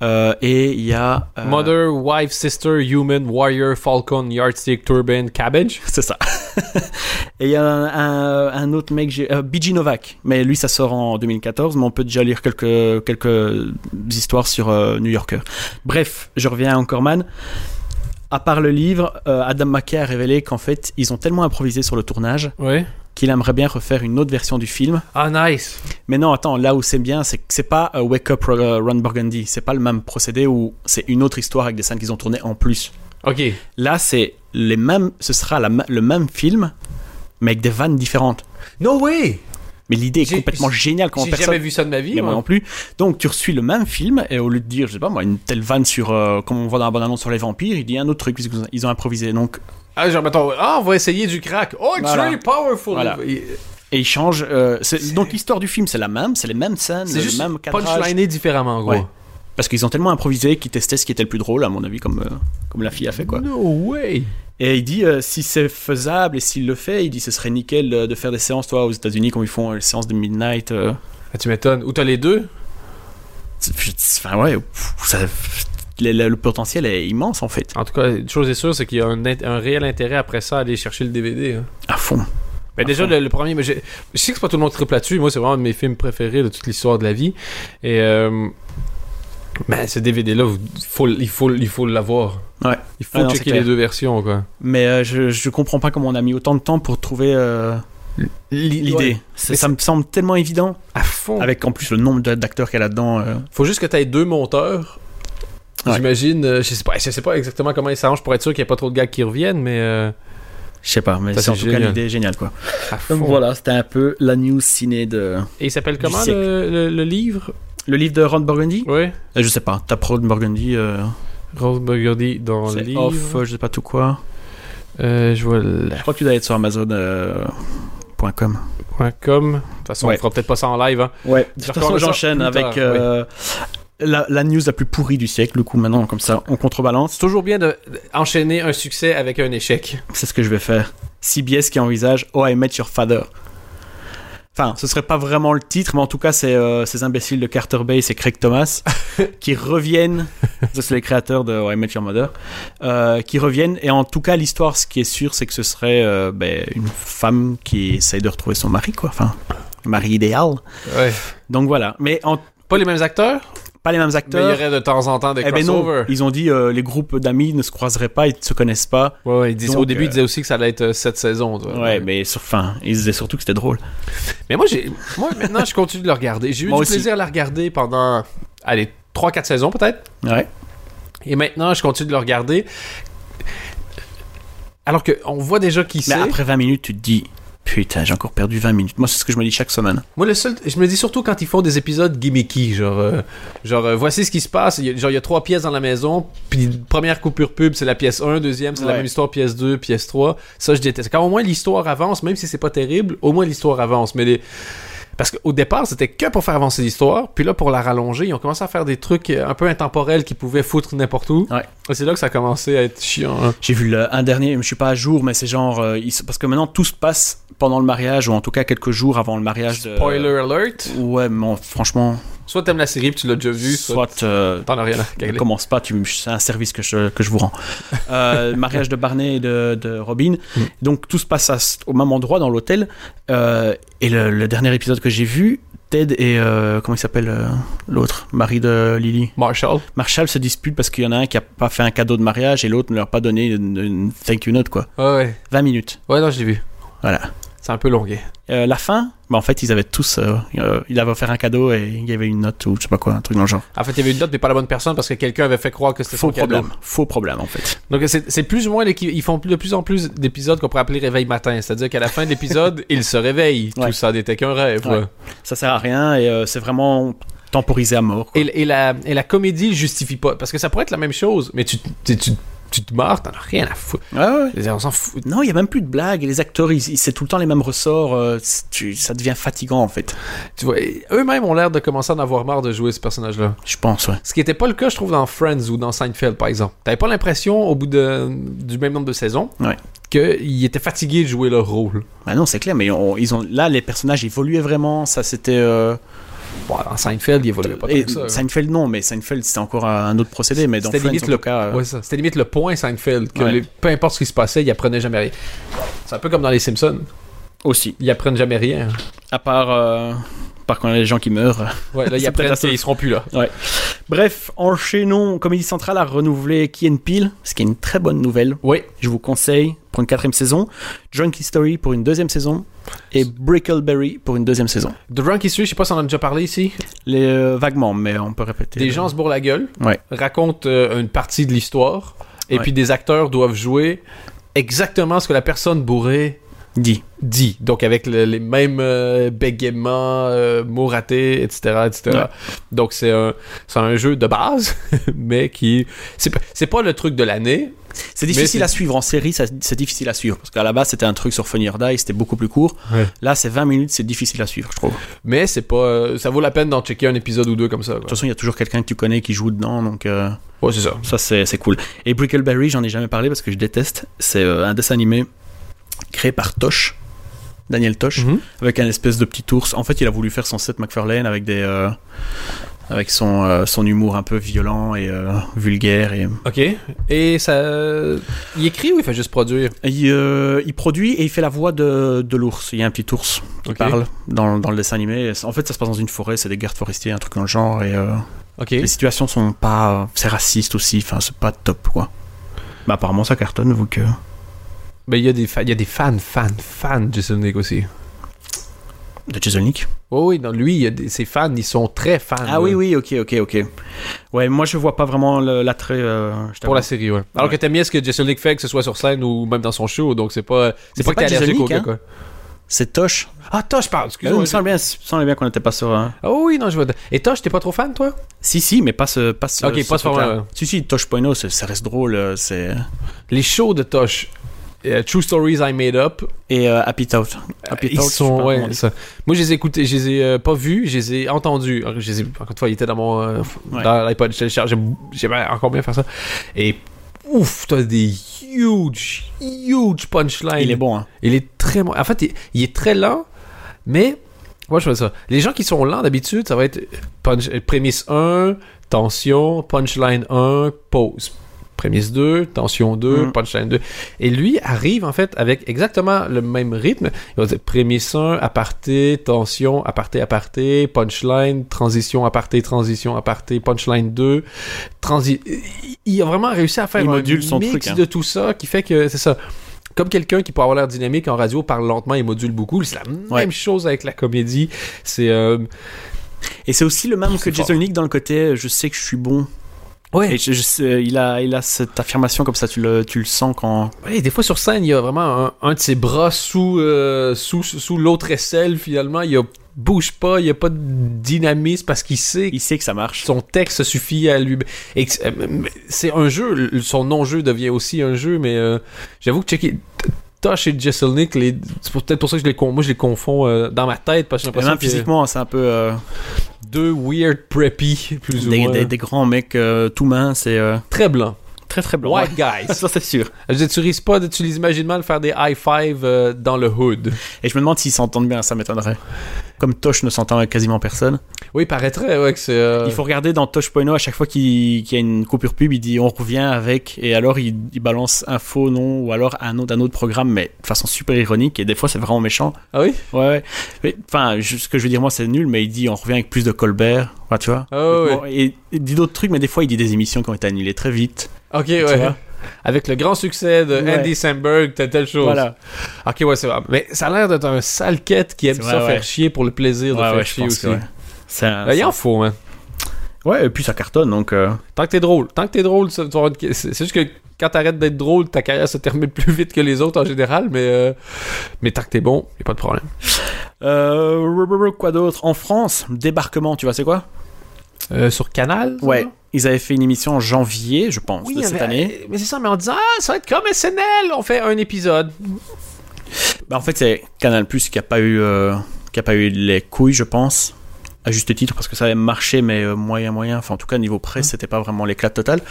B: Euh, et il y a euh,
A: Mother, Wife, Sister, Human, Warrior, Falcon, Yardstick, Turban, Cabbage.
B: c'est ça. <laughs> et il y a un, un- un autre mec, j'ai- euh, BG Novak, mais lui ça sort en 2014, mais on peut déjà lire quelques quelques histoires sur euh, New Yorker. Bref, je reviens à Anchorman. À part le livre, euh, Adam McKay a révélé qu'en fait, ils ont tellement improvisé sur le tournage
A: Ouais.
B: qu'il aimerait bien refaire une autre version du film.
A: Ah, nice.
B: Mais non, attends, là où c'est bien, c'est que c'est pas euh, Wake Up euh, Ron Burgundy, c'est pas le même procédé où c'est une autre histoire avec des scènes qu'ils ont tournées en plus.
A: Ok.
B: Là, c'est les mêmes, ce sera la ma- le même film, mais avec des vannes différentes.
A: No way!
B: Mais l'idée est
A: J'ai-
B: complètement géniale quand
A: J'ai
B: personne.
A: jamais vu ça de ma vie.
B: Mais moi
A: moi.
B: non plus. Donc tu reçus le même film et au lieu de dire, je sais pas moi, une telle vanne sur, euh, comme on voit dans la bande-annonce sur les vampires, il dit un autre truc puisqu'ils ont- ils ont improvisé. Donc
A: Ah, genre, mettons, ah, on va essayer du crack. Oh, it's
B: Voilà.
A: really powerful.
B: Voilà.
A: Et-
B: et ils changent. euh, c'est- donc l'histoire du film, c'est la même, c'est les mêmes scènes,
A: C'est
B: le
A: juste
B: même cadrage.
A: punchliné différemment, en gros.
B: Ouais. Parce qu'ils ont tellement improvisé qu'ils testaient ce qui était le plus drôle, à mon avis, comme, euh, comme la fille a fait quoi.
A: No way.
B: Et il dit euh, si c'est faisable et s'il le fait, il dit ce serait nickel euh, de faire des séances, toi, aux États-Unis, comme ils font euh, les séances de midnight. euh,
A: Ah, tu m'étonnes. Ou t'as les deux?
B: Enfin ouais, pff, ça- le, le- le potentiel est immense en fait,
A: En tout cas, une chose est sûre, c'est qu'il y a un, int- un réel intérêt après ça à aller chercher le DVD. hein.
B: à fond.
A: Mais Ben, déjà, le, le premier, mais j'ai- je sais que c'est pas tout le monde triple là-dessus. Moi, c'est vraiment un de mes films préférés de toute l'histoire de la vie. Et euh, ben, ce DVD-là, vous- faut- il faut il faut l'avoir.
B: Ouais.
A: Il faut
B: Ah non, c'est
A: checker
B: clair.
A: les deux versions, quoi.
B: Mais euh, je, je comprends pas comment on a mis autant de temps pour trouver euh, l'idée.
A: Ouais.
B: Ça,
A: Mais
B: ça me semble tellement évident,
A: À fond.
B: avec en plus le nombre de- d'acteurs qu'il y a là-dedans. euh.
A: Faut juste que tu aies deux monteurs.
B: Ouais.
A: J'imagine, euh, je sais pas, je sais pas exactement comment ils s'arrangent pour être sûr qu'il n'y a pas trop de gars qui reviennent, mais euh,
B: Je sais pas, mais
A: Ça,
B: c'est en
A: c'est
B: tout cas
A: génial.
B: l'idée est géniale quoi.
A: à fond.
B: Donc voilà, c'était un peu la news ciné de.
A: Et il s'appelle
B: Du
A: comment
B: siècle.
A: le, le- le livre
B: Le livre de Ron Burgundy
A: Ouais.
B: Euh, Je sais pas, tape Ron Burgundy, euh,
A: Rose Burgundy dans le
B: c'est
A: livre.
B: off, euh, je sais pas tout quoi.
A: Euh, je vois le
B: Je crois que tu dois être sur Amazon. euh, point .com.
A: point .com. De toute façon,
B: Ouais.
A: on fera peut-être pas ça en live. Hein.
B: Ouais, de
A: Je
B: toute
A: recommanderais
B: façon
A: ça
B: j'enchaîne
A: plus
B: avec
A: tard,
B: euh, la, la news la plus pourrie du siècle, le coup maintenant comme ça, on contrebalance.
A: C'est toujours bien d'enchaîner un succès avec un échec.
B: C'est ce que je vais faire. CBS qui envisage Oh, I Met Your Father. Enfin, ce serait pas vraiment le titre, mais en tout cas, c'est euh, ces imbéciles de Carter Bay et Craig
A: <laughs>
B: Thomas qui reviennent. Ça, c'est les créateurs de oh, I Met Your Mother. euh, qui reviennent. Et en tout cas, l'histoire, ce qui est sûr, c'est que ce serait euh, ben, une femme qui essaye de retrouver son mari, quoi. Enfin, le mari idéal.
A: Ouais.
B: Donc voilà. Mais en,
A: Pas les mêmes acteurs,
B: pas les mêmes
A: mais il y
B: acteurs.
A: aurait de temps en temps des
B: Eh ben non,
A: crossovers.
B: ils ont dit euh, les groupes d'amis ne se croiseraient pas, ils ne se connaissent pas.
A: Ouais, ouais, ils disent,
B: Donc,
A: au début,
B: euh,
A: ils disaient aussi que ça allait être euh, cette saison. toi.
B: Ouais, mais sur, fin, ils disaient surtout que c'était drôle.
A: Mais moi, j'ai, moi maintenant, je continue de le regarder. J'ai eu
B: Moi
A: du
B: aussi.
A: plaisir à la regarder pendant, allez, 3-4 saisons peut-être.
B: Ouais.
A: Et maintenant, je continue de le regarder. Alors qu'on voit déjà qui c'est.
B: Mais après 20 minutes, tu te dis putain, j'ai encore perdu 20 minutes. Moi, c'est ce que je me dis chaque semaine.
A: Moi, le seul, je me dis surtout quand ils font des épisodes gimmicky, genre, euh, genre euh, voici ce qui se passe. Il y a- genre, il y a trois pièces dans la maison, puis première coupure pub, c'est la pièce 1, deuxième, c'est la
B: Ouais.
A: même histoire, pièce 2, pièce 3. Ça, je déteste. Quand au moins l'histoire avance, même si c'est pas terrible, au moins l'histoire avance. Mais les... Parce qu'au départ, c'était que pour faire avancer l'histoire, puis là, pour la rallonger, ils ont commencé à faire des trucs euh, un peu intemporels qui pouvaient foutre n'importe où.
B: Ouais.
A: Et c'est là que ça a commencé à être chiant. hein.
B: J'ai vu le, un dernier, je suis pas à jour, mais c'est genre euh, ils se- parce que maintenant tout se passe pendant le mariage ou en tout cas quelques jours avant le mariage. de-
A: Spoiler alert.
B: Ouais, mais bon, franchement,
A: Soit t'aimes la série, puis tu l'as déjà vue, soit
B: soit euh,
A: t'en as rien à
B: <laughs> Ne
A: caler.
B: commence pas, tu- c'est un service que je, que je vous rends.
A: <laughs>
B: Euh, le mariage de Barney et de, de Robin.
A: Mm.
B: Donc tout se passe à ce- au même endroit dans l'hôtel. Euh, et le, le dernier épisode que j'ai vu, Ted et euh, comment il s'appelle euh, l'autre, mari de Lily,
A: Marshall.
B: Marshall se disputent parce qu'il y en a un qui a pas fait un cadeau de mariage et l'autre ne leur a pas donné une, une thank you note quoi.
A: Ouais, ouais.
B: 20 minutes,
A: Ouais, non, je l'ai vu.
B: voilà.
A: C'est un peu longué.
B: Euh, la fin, bah en fait ils avaient tous, euh, euh, il avait offert un cadeau et il y avait une note ou je sais pas quoi, un truc dans le genre.
A: En fait, il y avait une note, mais pas la bonne personne parce que quelqu'un avait fait croire que c'était son
B: Faux
A: cadeau.
B: problème, faux problème en fait.
A: Donc, c'est c'est plus ou moins. l'équi- Ils font de plus en plus d'épisodes qu'on pourrait appeler réveil matin. C'est-à-dire qu'à la fin de
B: <laughs>
A: l'épisode, ils se réveillent.
B: Ouais.
A: Tout ça n'était qu'un rêve.
B: Ouais.
A: ouais.
B: ça sert à rien et euh, c'est vraiment temporisé à mort. quoi.
A: Et, et la, et la comédie le justifie pas. Parce que ça pourrait être la même chose, mais tu, tu, tu, tu te marres, t'en as rien à foutre. Je veux dire, On s'en fout.
B: Non, il y a même plus de blagues et les acteurs, ils, ils- c'est tout le temps les mêmes ressorts. euh, c'est- tu- ça devient fatigant en fait.
A: Tu vois, et eux-mêmes ont l'air de commencer à en avoir marre de jouer ce personnage-là.
B: Je pense, ouais.
A: Ce qui n'était pas le cas, je trouve, dans Friends ou dans Seinfeld, par exemple. T'avais pas l'impression, au bout de, du même nombre de saisons,
B: Ouais.
A: qu'ils étaient fatigués de jouer leur rôle.
B: Bah non, c'est clair, mais on- ils ont là les personnages évoluaient vraiment. Ça c'était. euh,
A: Bon, dans Seinfeld, il évoluait pas tant
B: et
A: que ça. là.
B: Seinfeld non, mais Seinfeld c'était encore un autre procédé. Mais dans
A: C'était
B: Friends,
A: limite
B: en
A: le-
B: tout cas, euh,
A: Ouais, ça. C'était limite le point Seinfeld, que
B: Ouais.
A: les- peu importe ce qui se passait, ils apprenaient jamais rien. C'est un peu comme dans les Simpsons,
B: aussi.
A: ils apprennent jamais rien.
B: À part euh, par quand il y a les gens qui meurent.
A: Ouais,
B: <laughs>
A: là,
B: C'est
A: ils apprennent
B: peut-être la
A: qu'ils ils seront plus là.
B: Bref, enchaînons. Comédie Centrale a renouvelé Key Peel, ce qui est une très bonne nouvelle.
A: Oui,
B: je vous conseille pour une quatrième saison, Drunk History pour une deuxième saison et Brickleberry pour pour une deuxième saison.
A: The Drunk History, je sais pas si on en a déjà parlé ici.
B: Les, euh, vaguement, mais on peut répéter.
A: Des gens se bourrent la gueule,
B: Ouais.
A: racontent euh, une partie de l'histoire, et
B: Ouais.
A: puis des acteurs doivent jouer exactement ce que la personne bourrée
B: dit.
A: dit. Donc avec le- les mêmes euh, bégaiements, euh, mots ratés, etc. etc.
B: Ouais.
A: Donc c'est un, c'est un jeu de base, <laughs> mais qui... C'est pas- c'est pas le truc de l'année,
B: C'est
A: Mais
B: difficile
A: c'est-
B: à suivre en série, ça- c'est difficile à suivre parce qu'à la base c'était un truc sur Funny or Die, c'était beaucoup plus court.
A: Ouais.
B: Là, c'est 20 minutes, c'est difficile à suivre, je trouve. De
A: Mais c'est pas. euh, ça vaut la peine d'en checker un épisode ou deux comme ça.
B: toute
A: quoi.
B: façon, il y a toujours quelqu'un que tu connais qui joue dedans, donc euh,
A: Ouais, c'est ça.
B: ça c'est c'est cool. Et Brickleberry, j'en ai jamais parlé parce que je déteste. C'est euh, un dessin animé créé par Tosh, Daniel Tosh.
A: Mhm.
B: avec un espèce de petit ours. En fait, il a voulu faire son set McFarlane avec des euh, avec son euh, son humour un peu violent et euh, vulgaire et
A: Ok. Et ça. Il écrit ou il fait juste produire
B: Et il, euh, il produit et il fait la voix de, de l'ours. Il y a un petit ours qui
A: Ok.
B: parle dans, dans le dessin animé. En fait, ça se passe dans une forêt, c'est des gardes forestiers, un truc dans le genre et euh,
A: Ok.
B: les situations sont pas euh, c'est raciste aussi, enfin c'est pas top quoi. Bah apparemment ça cartonne vu que
A: Mais il y, a des fa- il y a des fans, fans, fans de Jason Nick aussi.
B: de Jason Nick.
A: Oui, oui, non, lui, il y a des- ses fans, ils sont très fans. euh,
B: Ah
A: là,
B: oui oui, OK OK OK. Ouais, moi je vois pas vraiment le- l'attrait euh, je
A: Pour
B: t'avoue.
A: la série, ouais. Alors
B: Ouais.
A: que t'aimes bien ce que Jason Nick fait, que ce soit sur scène ou même dans son show, donc c'est pas.
B: Mais
A: C'est pas que t'es
B: c'est pas Jason
A: allergique au
B: Nick,
A: gars,
B: hein.
A: quoi.
B: c'est Tosh.
A: Ah, toi, je parle,
B: Ah oui, il
A: excuse-moi.
B: me semble bien, il me semble bien qu'on n'était pas sur un-
A: Ah oui, non, je vois. Et toi, t'es pas trop fan, toi
B: Si, si, mais pas ce. Pas ce
A: Ok,
B: ce
A: pas ce
B: truc-là.
A: format, ouais.
B: Si, si, Tosh.0, ça reste drôle. euh, C'est...
A: Les shows de Tosh. euh, True Stories I Made Up.
B: Et euh, Happy Thought. Happy
A: Ils
B: Thought, je sais
A: sont,
B: pas
A: ouais,
B: comment on dit.
A: ça. Moi, je les ai écoutés, je les ai euh, pas vus, je les ai entendus. Alors, Je les ai, encore une fois, ils étaient dans mon euh,
B: Ouais.
A: dans l'iPod. Je téléchargeais- J'aimais encore bien faire ça. Et ouf, t'as des huge, huge punchlines.
B: Il est bon, hein.
A: Il est très bon. En fait, il, il est très lent, mais. Moi, je fais ça. Les gens qui sont lents d'habitude, ça va être punch, euh, prémisse 1, tension, punchline 1, pause. Prémisse 2, tension 2,
B: Mm.
A: punchline 2. Et lui arrive, en fait, avec exactement le même rythme. Il va dire prémisse 1, aparté, tension, aparté, aparté, punchline, transition, aparté, transition, aparté, punchline 2. Transi... Il a vraiment réussi à faire
B: Il
A: un
B: module son
A: mix
B: truc, hein.
A: de tout ça qui fait que, c'est ça, comme quelqu'un qui peut avoir l'air dynamique en radio parle lentement et module beaucoup, c'est la même
B: Ouais.
A: chose avec la comédie. C'est euh,
B: Et c'est aussi le même
A: C'est
B: que Jason Nick dans le côté euh, je sais que je suis bon.
A: ouais.
B: Et je, je sais, il, a, il a cette affirmation comme ça, tu le, tu le sens quand.
A: ouais, des fois sur scène, il y a vraiment un, un de ses bras sous euh, sous, sous l'autre aisselle finalement, il y a bouge pas, il y a pas de dynamisme parce qu'il sait
B: Il sait que ça marche.
A: son texte suffit à lui. Et que- euh, C'est un jeu, le- son non-jeu devient aussi un jeu, mais euh, j'avoue que checker Tosh et Jesselnick, les... c'est pour- peut-être pour ça que je les, con- moi, je les confonds euh, dans ma tête, parce que j'ai
B: Et
A: l'impression
B: même
A: que c'est
B: physiquement, c'est un peu. euh,
A: deux weird preppy, plus ou
B: des,
A: moins.
B: des- des grands mecs euh, tout minces c'est
A: Très blancs.
B: très très blanc.
A: White guys.
B: <laughs> ça c'est sûr.
A: <laughs> Je veux dire, tu risques pas, de, tu les imagines mal faire des high five euh, dans le hood.
B: Et je me demande s'ils s'entendent bien, ça m'étonnerait. Comme Tosh ne s'entend avec quasiment personne.
A: Oui, il paraîtrait, ouais, que c'est. euh,
B: Il faut regarder dans Tosh.no à chaque fois qu'il qu'il y a une coupure pub, il dit on revient avec, et alors il, il balance un faux nom ou alors un nom d'un autre programme, mais de façon super ironique, et des fois c'est vraiment méchant.
A: Ah oui?
B: Ouais, ouais. Mais, Enfin, je- ce que je veux dire, moi, c'est nul, mais il dit on revient avec plus de Colbert. Enfin, tu vois.
A: Ah ouais,
B: Bon, et il dit d'autres trucs, mais des fois, il dit des émissions qui ont été annulées très vite.
A: Ok,
B: Tu
A: ouais.
B: vois
A: Avec le grand succès de
B: Ouais.
A: Andy Samberg, t'as telle chose.
B: Voilà.
A: Ok, ouais, c'est vrai. Mais ça a l'air d'être un sale quête qui aime
B: C'est
A: ça
B: vrai,
A: faire
B: ouais.
A: chier pour le plaisir de
B: Ouais,
A: faire
B: ouais, je
A: chier
B: pense
A: aussi.
B: que ouais. C'est un-
A: Là, il en faut, hein.
B: Ouais, et puis ça cartonne, donc. euh,
A: Tant que t'es drôle. Tant que t'es drôle, ça- tu vas avoir une- c'est c'est juste que quand t'arrêtes d'être drôle, ta carrière se termine <laughs> plus vite que les autres en général, mais, euh, mais tant que t'es bon, y a pas de problème.
B: Euh, quoi d'autre En France, débarquement, tu vois, c'est quoi
A: Euh, sur Canal? ça?
B: Ouais. Ils avaient fait une émission en janvier, je pense,
A: Oui,
B: de
A: il y
B: cette
A: avait-
B: année.
A: Mais c'est ça, mais on disant, ah, ça va être comme SNL, on fait un épisode.
B: Bah, en fait, c'est Canal Plus qui a pas eu, euh, qui a pas eu les couilles, je pense, à juste titre, parce que ça avait marché, mais euh, moyen, moyen. Enfin, en tout cas, niveau
A: Mmh.
B: presse, c'était pas vraiment l'éclat total.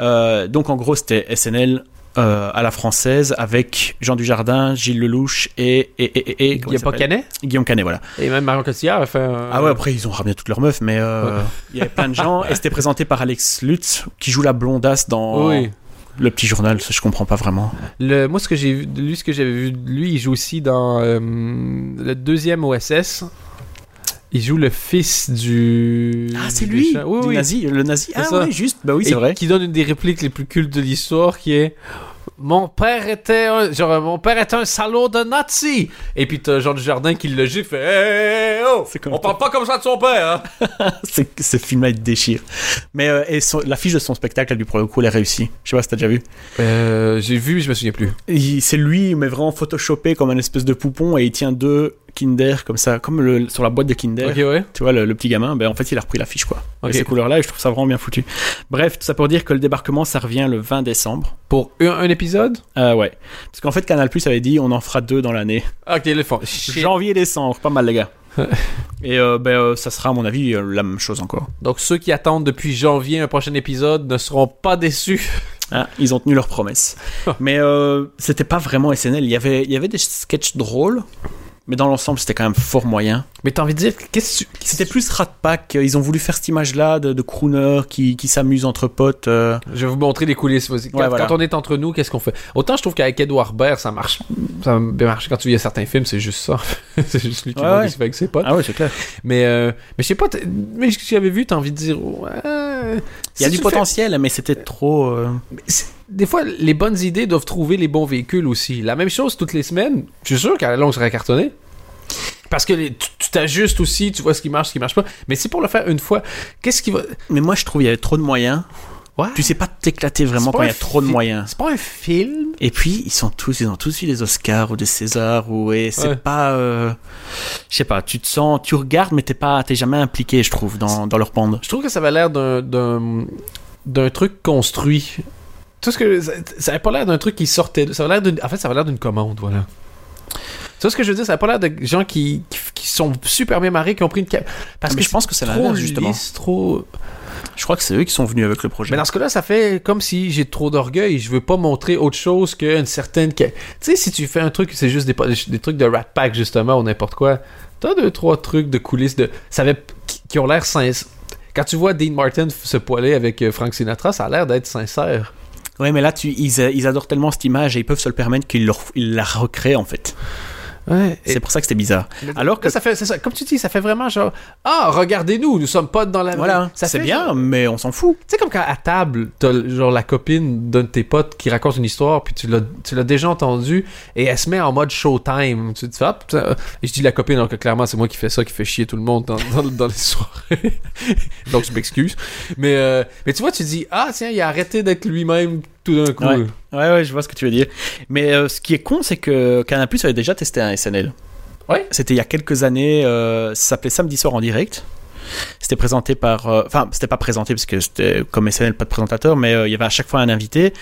B: Euh, donc, en gros, c'était SNL. euh, à la française avec Jean Dujardin, Gilles Lelouch et, et, et, et, et-
A: Il
B: comment
A: n'y a
B: il
A: pas
B: s'appelle
A: Canet.
B: Guillaume Canet voilà
A: Et même Marion Cotillard a fait un...
B: ah ouais après ils ont ramené toutes leurs meufs mais euh, il y avait plein de gens et c'était présenté par Alex Lutz qui joue la blondasse dans
A: Oui.
B: le petit journal ça, je comprends pas vraiment
A: Le, moi, ce que j'ai vu, de lui, ce que j'avais vu de lui, il joue aussi dans euh, le deuxième OSS. Il joue le fils du.
B: Ah, c'est
A: du
B: lui
A: méchant. Oui,
B: du
A: oui.
B: nazi, le nazi.
A: C'est
B: Ah
A: ça.
B: oui, juste, bah oui,
A: Et
B: c'est vrai.
A: Qui donne une des répliques les plus cultes de l'histoire, qui est Mon père était un. Genre, mon père était un salaud de nazi Et puis t'as Jean Dujardin qui le gifle, fait Hey, hey, oh
B: C'est comme
A: On parle pas comme ça de son père, hein
B: <laughs> C'est- ce film-là, il te déchire. Mais euh, et son- l'affiche de son spectacle, elle, lui, pour le coup, elle est réussie. Je sais pas si t'as déjà vu.
A: Euh, J'ai vu, mais je me souviens plus.
B: Il- C'est lui, mais vraiment photoshopé comme un espèce de poupon et il tient deux Kinder comme ça, comme le- sur la boîte de Kinder.
A: Ok, ouais.
B: Tu vois, le, le petit gamin, ben, en fait, il a repris l'affiche, quoi.
A: Ok.
B: Et ces couleurs-là, et je trouve ça vraiment bien foutu. Bref, tout ça pour dire que le débarquement, ça revient le 20 décembre.
A: Pour un, un épisode
B: Euh, ouais. Parce qu'en fait, Canal Plus avait dit, on en fera deux dans l'année.
A: Ok, le fond. Shit.
B: Janvier-décembre, pas mal, les gars. et euh, ben, euh, ça sera, à mon avis, euh, la même chose encore.
A: Donc ceux qui attendent depuis janvier un prochain épisode ne seront pas
B: <laughs>
A: déçus.
B: Ah, ils ont tenu
A: <laughs>
B: leur promesse. mais euh, c'était pas vraiment SNL. Il y avait, il y avait des sketchs drôles, mais dans l'ensemble, c'était quand même fort moyen.
A: Mais t'as envie de dire, qu'est-ce que tu-
B: C'était plus Rat Pack. Ils ont voulu faire cette image-là de, de crooner qui, qui s'amuse entre potes. euh.
A: Je vais vous montrer les coulisses. Vas-y. Quand,
B: Ouais, voilà.
A: quand on est entre nous, qu'est-ce qu'on fait Autant je trouve qu'avec Edouard Baird, ça marche. Ça a bien marché quand tu vis certains films, c'est juste ça. <laughs> c'est juste lui qui
B: Ouais,
A: monte,
B: ouais.
A: il se fait avec ses potes.
B: Ah ouais, c'est clair.
A: Mais, euh, mais je sais pas, t'es- mais ce que j'avais vu, t'as envie de dire. ouais,
B: Il y a
A: si
B: du
A: tu
B: potentiel, mais c'était trop. euh,
A: fais- c'est- Des fois, les bonnes idées doivent trouver les bons véhicules aussi. La même chose toutes les semaines, je suis sûr qu'à la longue, ça serait cartonné. Parce que les- tu tu t'ajustes aussi, tu vois ce qui marche, ce qui marche pas. Mais c'est pour le faire une fois. Qu'est-ce qui va.
B: Mais moi, je trouve il y avait trop de moyens.
A: Ouais.
B: Tu sais pas t'éclater vraiment
A: C'est pas
B: quand il y
A: un
B: a trop de
A: fi-
B: moyens.
A: C'est pas un film.
B: Et puis ils sont tous, ils ont tous eu des Oscars ou des Césars ou et c'est
A: Ouais.
B: pas, euh, je sais pas. Tu te sens, tu regardes, mais t'es pas, t'es jamais impliqué, je trouve, dans, dans leur bande.
A: Je trouve que ça avait l'air d'un- d'un d'un truc construit. tout ce que ça, ça a pas l'air d'un truc qui sortait de- ça a l'air d'une en fait ça a l'air d'une commande voilà tu vois ce que je veux dire ça a pas l'air de gens qui, qui, qui sont super bien marrés qui ont pris une cap parce
B: Parce
A: que
B: que je pense que c'est
A: c'est trop
B: l'inverse, justement.
A: lisse, trop
B: Je crois que c'est eux qui sont venus avec le projet.
A: mais dans ce cas-là, ça fait comme si j'ai trop d'orgueil. Je veux pas montrer autre chose qu'une certaine. que- Tu sais, si tu fais un truc, c'est juste des, po- des trucs de Rat Pack, justement, ou n'importe quoi. T'as deux, trois trucs de coulisses de. Ça avait... qui- qui ont l'air sincères. Quand tu vois Dean Martin f- se poiler avec euh, Frank Sinatra, ça a l'air d'être sincère.
B: Ouais, mais là, tu, ils, euh, ils adorent tellement cette image et ils peuvent se le permettre qu'ils leur- ils la recréent, en fait.
A: Ouais. et-
B: C'est pour ça que c'était bizarre. Alors que,
A: Là, ça fait, c'est ça, comme tu dis, ça fait vraiment genre Ah, regardez-nous, nous sommes pas dans la.
B: voilà,
A: Ah, ça
B: c'est
A: fait euh,
B: bien, mais on s'en fout.
A: Tu sais, comme quand à table, t'as le- genre la copine d'un de tes potes qui raconte une histoire, puis tu l'as tu l'as déjà entendue, et elle se met en mode showtime. Tu te fais, ah, putain, euh, et je dis la copine, alors que clairement, c'est moi qui fais ça, qui fait chier tout le monde dans, dans, dans les soirées. <laughs> Donc, je m'excuse. Mais, euh, mais tu vois, tu dis, ah, tiens, il a arrêté d'être lui-même tout d'un coup.
B: Ouais, ouais, je vois ce que tu veux dire. Mais euh, ce qui est con, c'est que Canal Plus avait déjà testé un SNL.
A: Ouais.
B: C'était il y a quelques années. euh, ça s'appelait Samedi soir en direct. C'était présenté par. euh, Enfin, c'était pas présenté parce que c'était comme SNL, pas de présentateur, mais euh, il y avait à chaque fois un invité.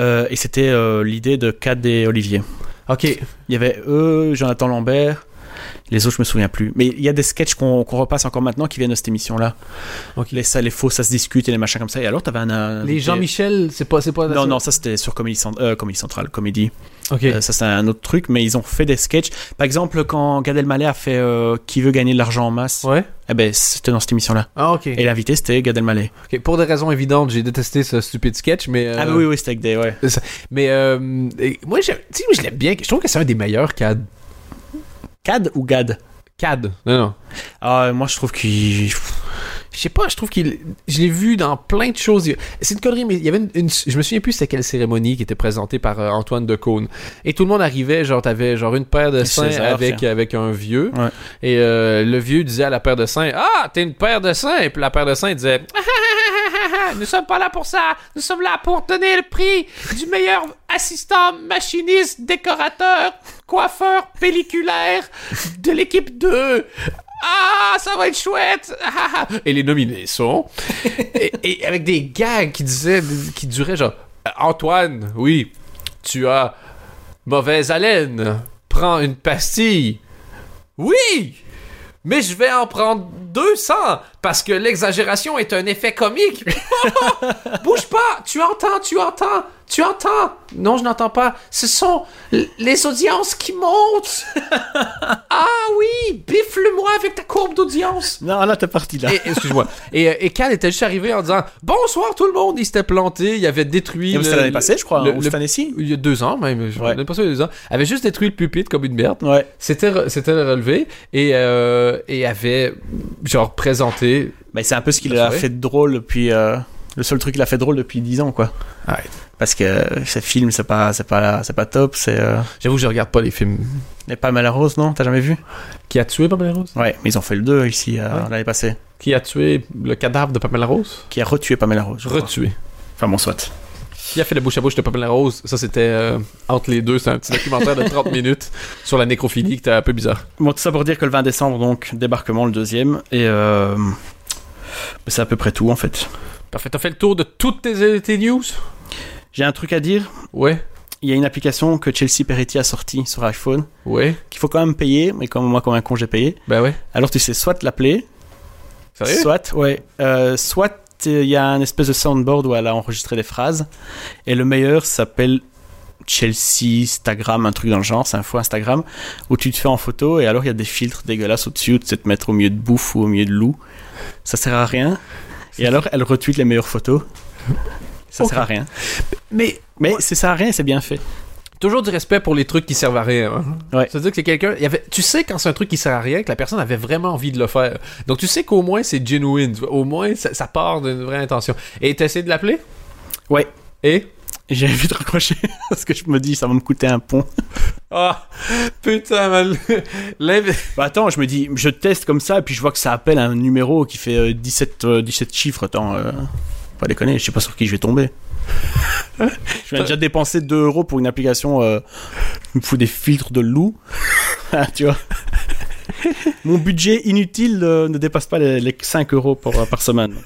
B: euh, et c'était euh, l'idée de Cad et Olivier.
A: Ok.
B: Il y avait eux, Jonathan Lambert. Les autres, je me souviens plus. Mais il y a des sketchs qu'on qu'on repasse encore maintenant qui viennent de cette émission-là.
A: Ok.
B: Les, ça, les faux, ça se discute et les machins comme ça. Et alors, t'avais un. un
A: Les
B: invité-
A: Jean-Michel, c'est pas. c'est pas
B: Non, non, ça c'était sur Comédie, Cent- euh, Comédie Centrale, Comédie.
A: Ok.
B: Euh, ça, c'est un autre truc, mais ils ont fait des sketchs. Par exemple, quand Gad Elmaleh a fait euh, Qui veut gagner de l'argent en masse,
A: ouais.
B: eh ben, c'était dans cette émission-là.
A: Ah, ok.
B: Et l'invité, c'était Gad Elmaleh.
A: Ok, Pour des raisons évidentes, j'ai détesté ce stupide sketch, mais. euh,
B: Ah, bah oui, oui, c'était avec des. Ouais.
A: Mais euh, et moi, j'aime- tu sais, moi, je l'aime bien. Je trouve que c'est un des meilleurs CAD.
B: Cad ou Gad
A: CAD. Non, non.
B: Ah, moi, je trouve qu'il.
A: Je sais pas, je trouve qu'il. Je l'ai vu dans plein de choses. Il- C'est une connerie, mais il y avait une. une- je me souviens plus c'était quelle cérémonie qui était présentée par euh, Antoine Decaune. Et tout le monde arrivait, genre, t'avais genre une paire de
B: Et
A: seins
B: César,
A: avec, avec un vieux.
B: Ouais.
A: Et euh, le vieux disait à la paire de seins Ah, t'es une paire de seins. Et puis la paire de seins disait Ah, ah, ah, ah, <laughs> Nous sommes pas là pour ça. Nous sommes là pour donner le prix du meilleur assistant, machiniste, décorateur, coiffeur, pelliculaire de l'équipe 2. Ah, ça va être chouette! Ah, ah, ah. Et les nominés sont. et, et avec des gags qui disaient, qui duraient genre Antoine, oui, tu as mauvaise haleine, prends une pastille. Oui! Mais je vais en prendre 200 parce que l'exagération est un effet comique. <laughs> Bouge pas, tu entends, tu entends, tu entends. Non, je n'entends pas. Ce sont l- les audiences qui
B: <laughs>
A: montent. ah oui, bifle-moi avec ta courbe d'audience.
B: Non, là, t'es parti là.
A: Et- Excuse-moi. Et, euh, et Cal était juste arrivé en disant Bonsoir tout le monde. Il s'était planté, il avait détruit.
B: Et vous
A: le-
B: c'était l'année passée, je crois,
A: le-
B: hein, ou
A: le-
B: cette année-ci
A: Il y a deux ans même. Je
B: Ouais.
A: l'année passée, il y a deux ans. Il avait juste détruit le pupitre comme une merde.
B: Ouais.
A: C'était re- c'était relevé et, euh, et avait genre présenté.
B: Mais Bah, c'est un peu ce qu'il
A: La
B: a
A: soirée.
B: fait de drôle depuis. euh, Le seul truc qu'il a fait de drôle depuis 10 ans, quoi.
A: Ouais.
B: Parce que euh, ces films, c'est pas, c'est pas, c'est pas top. C'est. Euh...
A: J'avoue, que je regarde pas les films.
B: Les Palmes à la Rose, non T'as jamais vu
A: Qui a tué Pamela Rose
B: Ouais, mais ils ont fait le 2 ici, euh,
A: Ouais.
B: l'année passée.
A: Qui a tué le cadavre de Pamela Rose
B: Qui a retué Pamela Rose. je crois.
A: Retué.
B: Enfin bon, soit.
A: Qui a fait le bouche à bouche de Pamela Rose Ça, c'était euh, entre les deux. C'est un petit documentaire <laughs> de 30 minutes sur la nécrophilie qui était un peu bizarre.
B: Bon, tout ça pour dire que le 20 décembre, donc, débarquement le deuxième, et euh, c'est à peu près tout en fait.
A: Parfait. T'as fait le tour de toutes tes, tes news
B: J'ai un truc à dire.
A: Ouais.
B: Il y a une application que Chelsea Peretti a sortie sur iPhone
A: Ouais.
B: qu'il faut quand même payer, mais comme moi, comme un con, j'ai payé.
A: Ben ouais.
B: Alors tu sais soit l'appeler,
A: Sérieux
B: soit, ouais, euh, soit euh, il y a un espèce de soundboard où elle a enregistré des phrases, et le meilleur s'appelle Chelsea Instagram, un truc dans le genre, c'est un faux Instagram, où tu te fais en photo, et alors il y a des filtres dégueulasses au-dessus, où tu sais te mettre au milieu de bouffe ou au milieu de loup, ça sert à rien, et alors elle retweet les meilleures photos, ça sert à rien.
A: Mais
B: Mais c'est ça sert à rien, c'est bien fait.
A: toujours du respect pour les trucs qui servent à rien. hein.
B: Ouais.
A: C'est-à-dire que c'est quelqu'un. il y avait- tu sais quand c'est un truc qui sert à rien que la personne avait vraiment envie de le faire. Donc tu sais qu'au moins c'est genuine. tu vois. Au moins ça, ça part d'une vraie intention. Et t'as essayé de l'appeler
B: Ouais.
A: Et
B: Et J'ai envie de raccrocher, <laughs> parce que je me dis, ça va me coûter un pont.
A: Ah Putain, <laughs> mal. L'inv-
B: Bah, attends, je me dis, je teste comme ça, et puis je vois que ça appelle un numéro qui fait euh, 17, euh, 17 chiffres. Attends, euh, pas déconner, je sais pas sur qui je vais tomber. je viens déjà de dépenser 2 euros <laughs> pour une application euh, qui me fout des filtres de loup. Ah, tu vois Mon budget inutile euh, ne dépasse pas les, les 5 euros pour, euh, par semaine.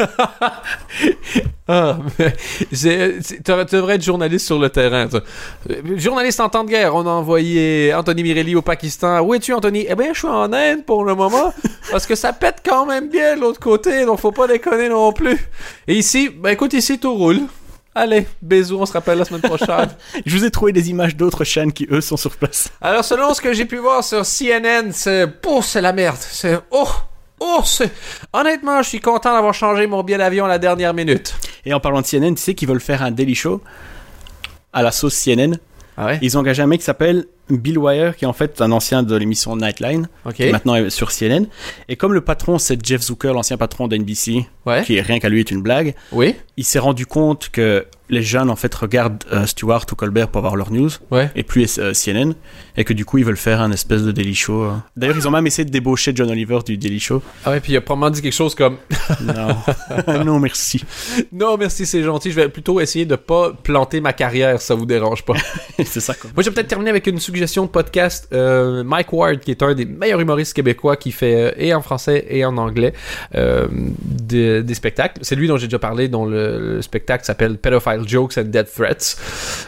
A: Ah, mais j'ai- c'est- t'aurais- tu devrais être journaliste sur le terrain. toi. Euh, Journaliste en temps de guerre, on a envoyé Anthony Mirelli au Pakistan. Où es-tu, Anthony Eh bien, je suis en Inde pour le moment, parce que ça pète quand même bien de l'autre côté, donc faut pas déconner non plus. Et ici, ben écoute, ici tout roule. Allez, bisous, on se rappelle la semaine prochaine.
B: Je vous ai trouvé des images d'autres chaînes qui, eux, sont sur place.
A: Alors, selon ce que j'ai pu voir sur CNN, c'est. Oh, c'est la merde. C'est. Oh! Oh, c'est. Honnêtement, je suis content d'avoir changé mon billet d'avion à la dernière minute.
B: Et en parlant de CNN, tu sais qu'ils veulent faire un Daily Show à la sauce CNN.
A: Ah ouais?
B: Ils ont engagé un mec qui s'appelle Bill Wire, qui est en fait un ancien de l'émission Nightline,
A: Ok.
B: qui maintenant est sur CNN. Et comme le patron, c'est Jeff Zucker, l'ancien patron d'NBC,
A: Ouais.
B: qui rien qu'à lui est une blague,
A: Oui?
B: il s'est rendu compte que les jeunes, en fait, regardent euh, Stewart ou Colbert pour avoir leurs news.
A: Ouais.
B: et plus euh, CNN, et que du coup ils veulent faire un espèce de Daily Show. euh. D'ailleurs, ils ont même essayé de débaucher John Oliver du Daily Show.
A: Ah ouais, puis il a probablement dit quelque chose comme <laughs>
B: Non, <laughs> non merci. <laughs>
A: Non, merci, c'est gentil, je vais plutôt essayer de pas planter ma carrière, ça vous dérange pas.
B: C'est ça quoi.
A: Moi, je vais peut-être terminer avec une suggestion de podcast. Euh, Mike Ward, qui est un des meilleurs humoristes québécois, qui fait euh, et en français et en anglais euh, de- des spectacles. C'est lui dont j'ai déjà parlé, dont le, le spectacle s'appelle Pedophile Jokes and Death Threats.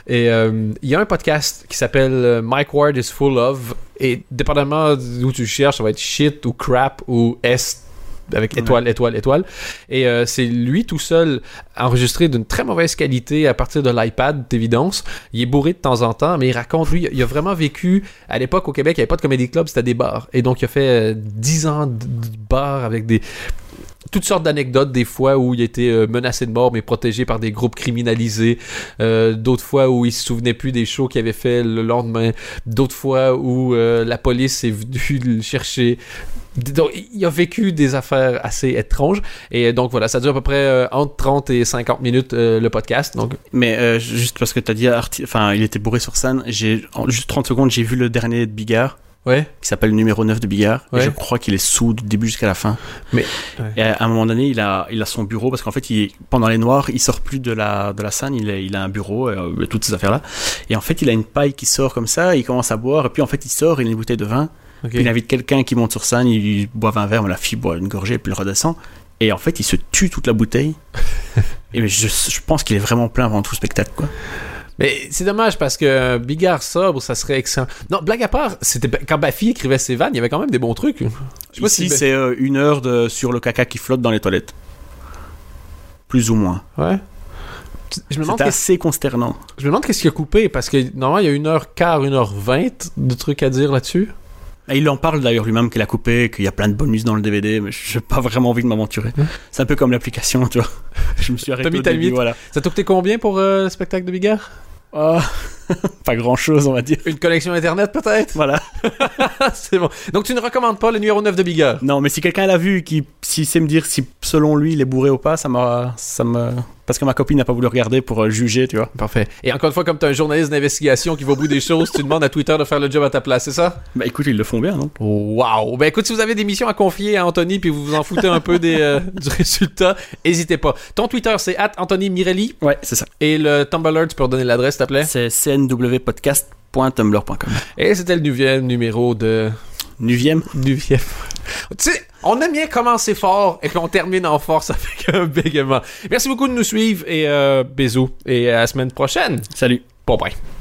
A: Et euh, il y a un podcast qui s'appelle euh, Mike Ward is Full of. Et dépendamment d'où tu cherches, ça va être shit ou crap ou est avec étoile, étoile, étoile. Et euh, c'est lui tout seul, enregistré d'une très mauvaise qualité à partir de l'iPad, d'évidence. Il est bourré de temps en temps, mais il raconte, lui, il a vraiment vécu, à l'époque au Québec, il n'y avait pas de comédie club, c'était des bars. Et donc, il a fait euh, 10 ans de de bars avec des... Toutes sortes d'anecdotes, des fois où il était euh, menacé de mort, mais protégé par des groupes criminalisés. Euh, d'autres fois où il se souvenait plus des shows qu'il avait fait le lendemain. D'autres fois où euh, la police est venue <laughs> le chercher. Donc, il a vécu des affaires assez étranges. Et donc, voilà, ça dure à peu près euh, entre 30 et 50 minutes euh, le podcast. Donc,
B: Mais euh, juste parce que t'as dit, arti- enfin, il était bourré sur scène. J'ai en juste 30 secondes, j'ai vu le dernier de Bigard
A: ouais.
B: qui s'appelle numéro 9 de Bigard.
A: Ouais.
B: Et je crois qu'il est sous du début jusqu'à la fin.
A: Mais-
B: Et à un moment donné, il a, il a son bureau parce qu'en fait, il, pendant les noirs, il sort plus de la, de la scène. Il, est- il a un bureau, euh, toutes ces affaires-là. Et en fait, il a une paille qui sort comme ça. Il commence à boire. Et puis en fait, il sort, il a une bouteille de vin. Puis il invite quelqu'un qui monte sur scène, il boit un verre, mais la fille boit une gorgée, puis il redescend. Et en fait, il se tue toute
A: <laughs>
B: la bouteille. Et mais je, je pense qu'il est vraiment plein avant tout le spectacle, quoi.
A: Mais c'est dommage parce que Bigard sobre, ça serait excellent. Non, blague à part, c'était ben, quand Baffy écrivait ses vannes, il y avait quand même des bons trucs. Je sais pas
B: Ici,
A: si-
B: c'est euh, une heure de, sur le caca qui flotte dans les toilettes. Plus ou moins.
A: Ouais. Je me demande
B: C'est
A: qu'est-ce
B: assez consternant.
A: je me demande qu'est-ce qu'il a coupé parce que normalement il y a une heure quart, une heure vingt de trucs à dire là-dessus.
B: Et il en parle d'ailleurs lui-même qu'il a coupé, qu'il y a plein de bonus dans le DVD, mais j'ai pas vraiment envie de m'aventurer.
A: Hein
B: C'est un peu comme l'application, tu vois. <laughs> Je me suis arrêté
A: mis
B: au
A: ta
B: début,
A: limite.
B: voilà.
A: Ça t'a coûté combien pour euh, le spectacle de Bigard
B: Ah, <laughs> pas grand-chose, on va dire.
A: Une connexion internet peut-être
B: Voilà.
A: Ah, C'est bon. Donc tu ne recommandes pas le numéro 9 de Bigard
B: Non, mais si quelqu'un l'a vu, qui, si sait me dire si selon lui il est bourré ou pas, ça m'a, ça me, parce que ma copine n'a pas voulu regarder pour euh, juger, tu vois.
A: Parfait. Et encore une fois, comme tu es un journaliste d'investigation qui va au bout des choses, tu demandes à Twitter de faire le job à ta place, c'est ça
B: Bah écoute, ils le font bien, non
A: Wow! Ben écoute, si vous avez des missions à confier à Anthony puis vous vous en foutez un peu des, euh, <laughs> du résultat, n'hésitez pas. Ton Twitter, c'est at Anthony Mirelli
B: Ouais, c'est ça.
A: et le Tumblr, tu peux redonner l'adresse, s'il te plaît.
B: C'est cnwpodcast.tumblr.com.
A: Et c'était le nouvel numéro de. <laughs>
B: Nuvième.
A: Nuvième. tu sais, on aime bien commencer fort et puis on termine en force avec un bégaiement. Merci beaucoup de nous suivre et euh, bisous. Et à la semaine prochaine.
B: Salut.
A: Bon, bye.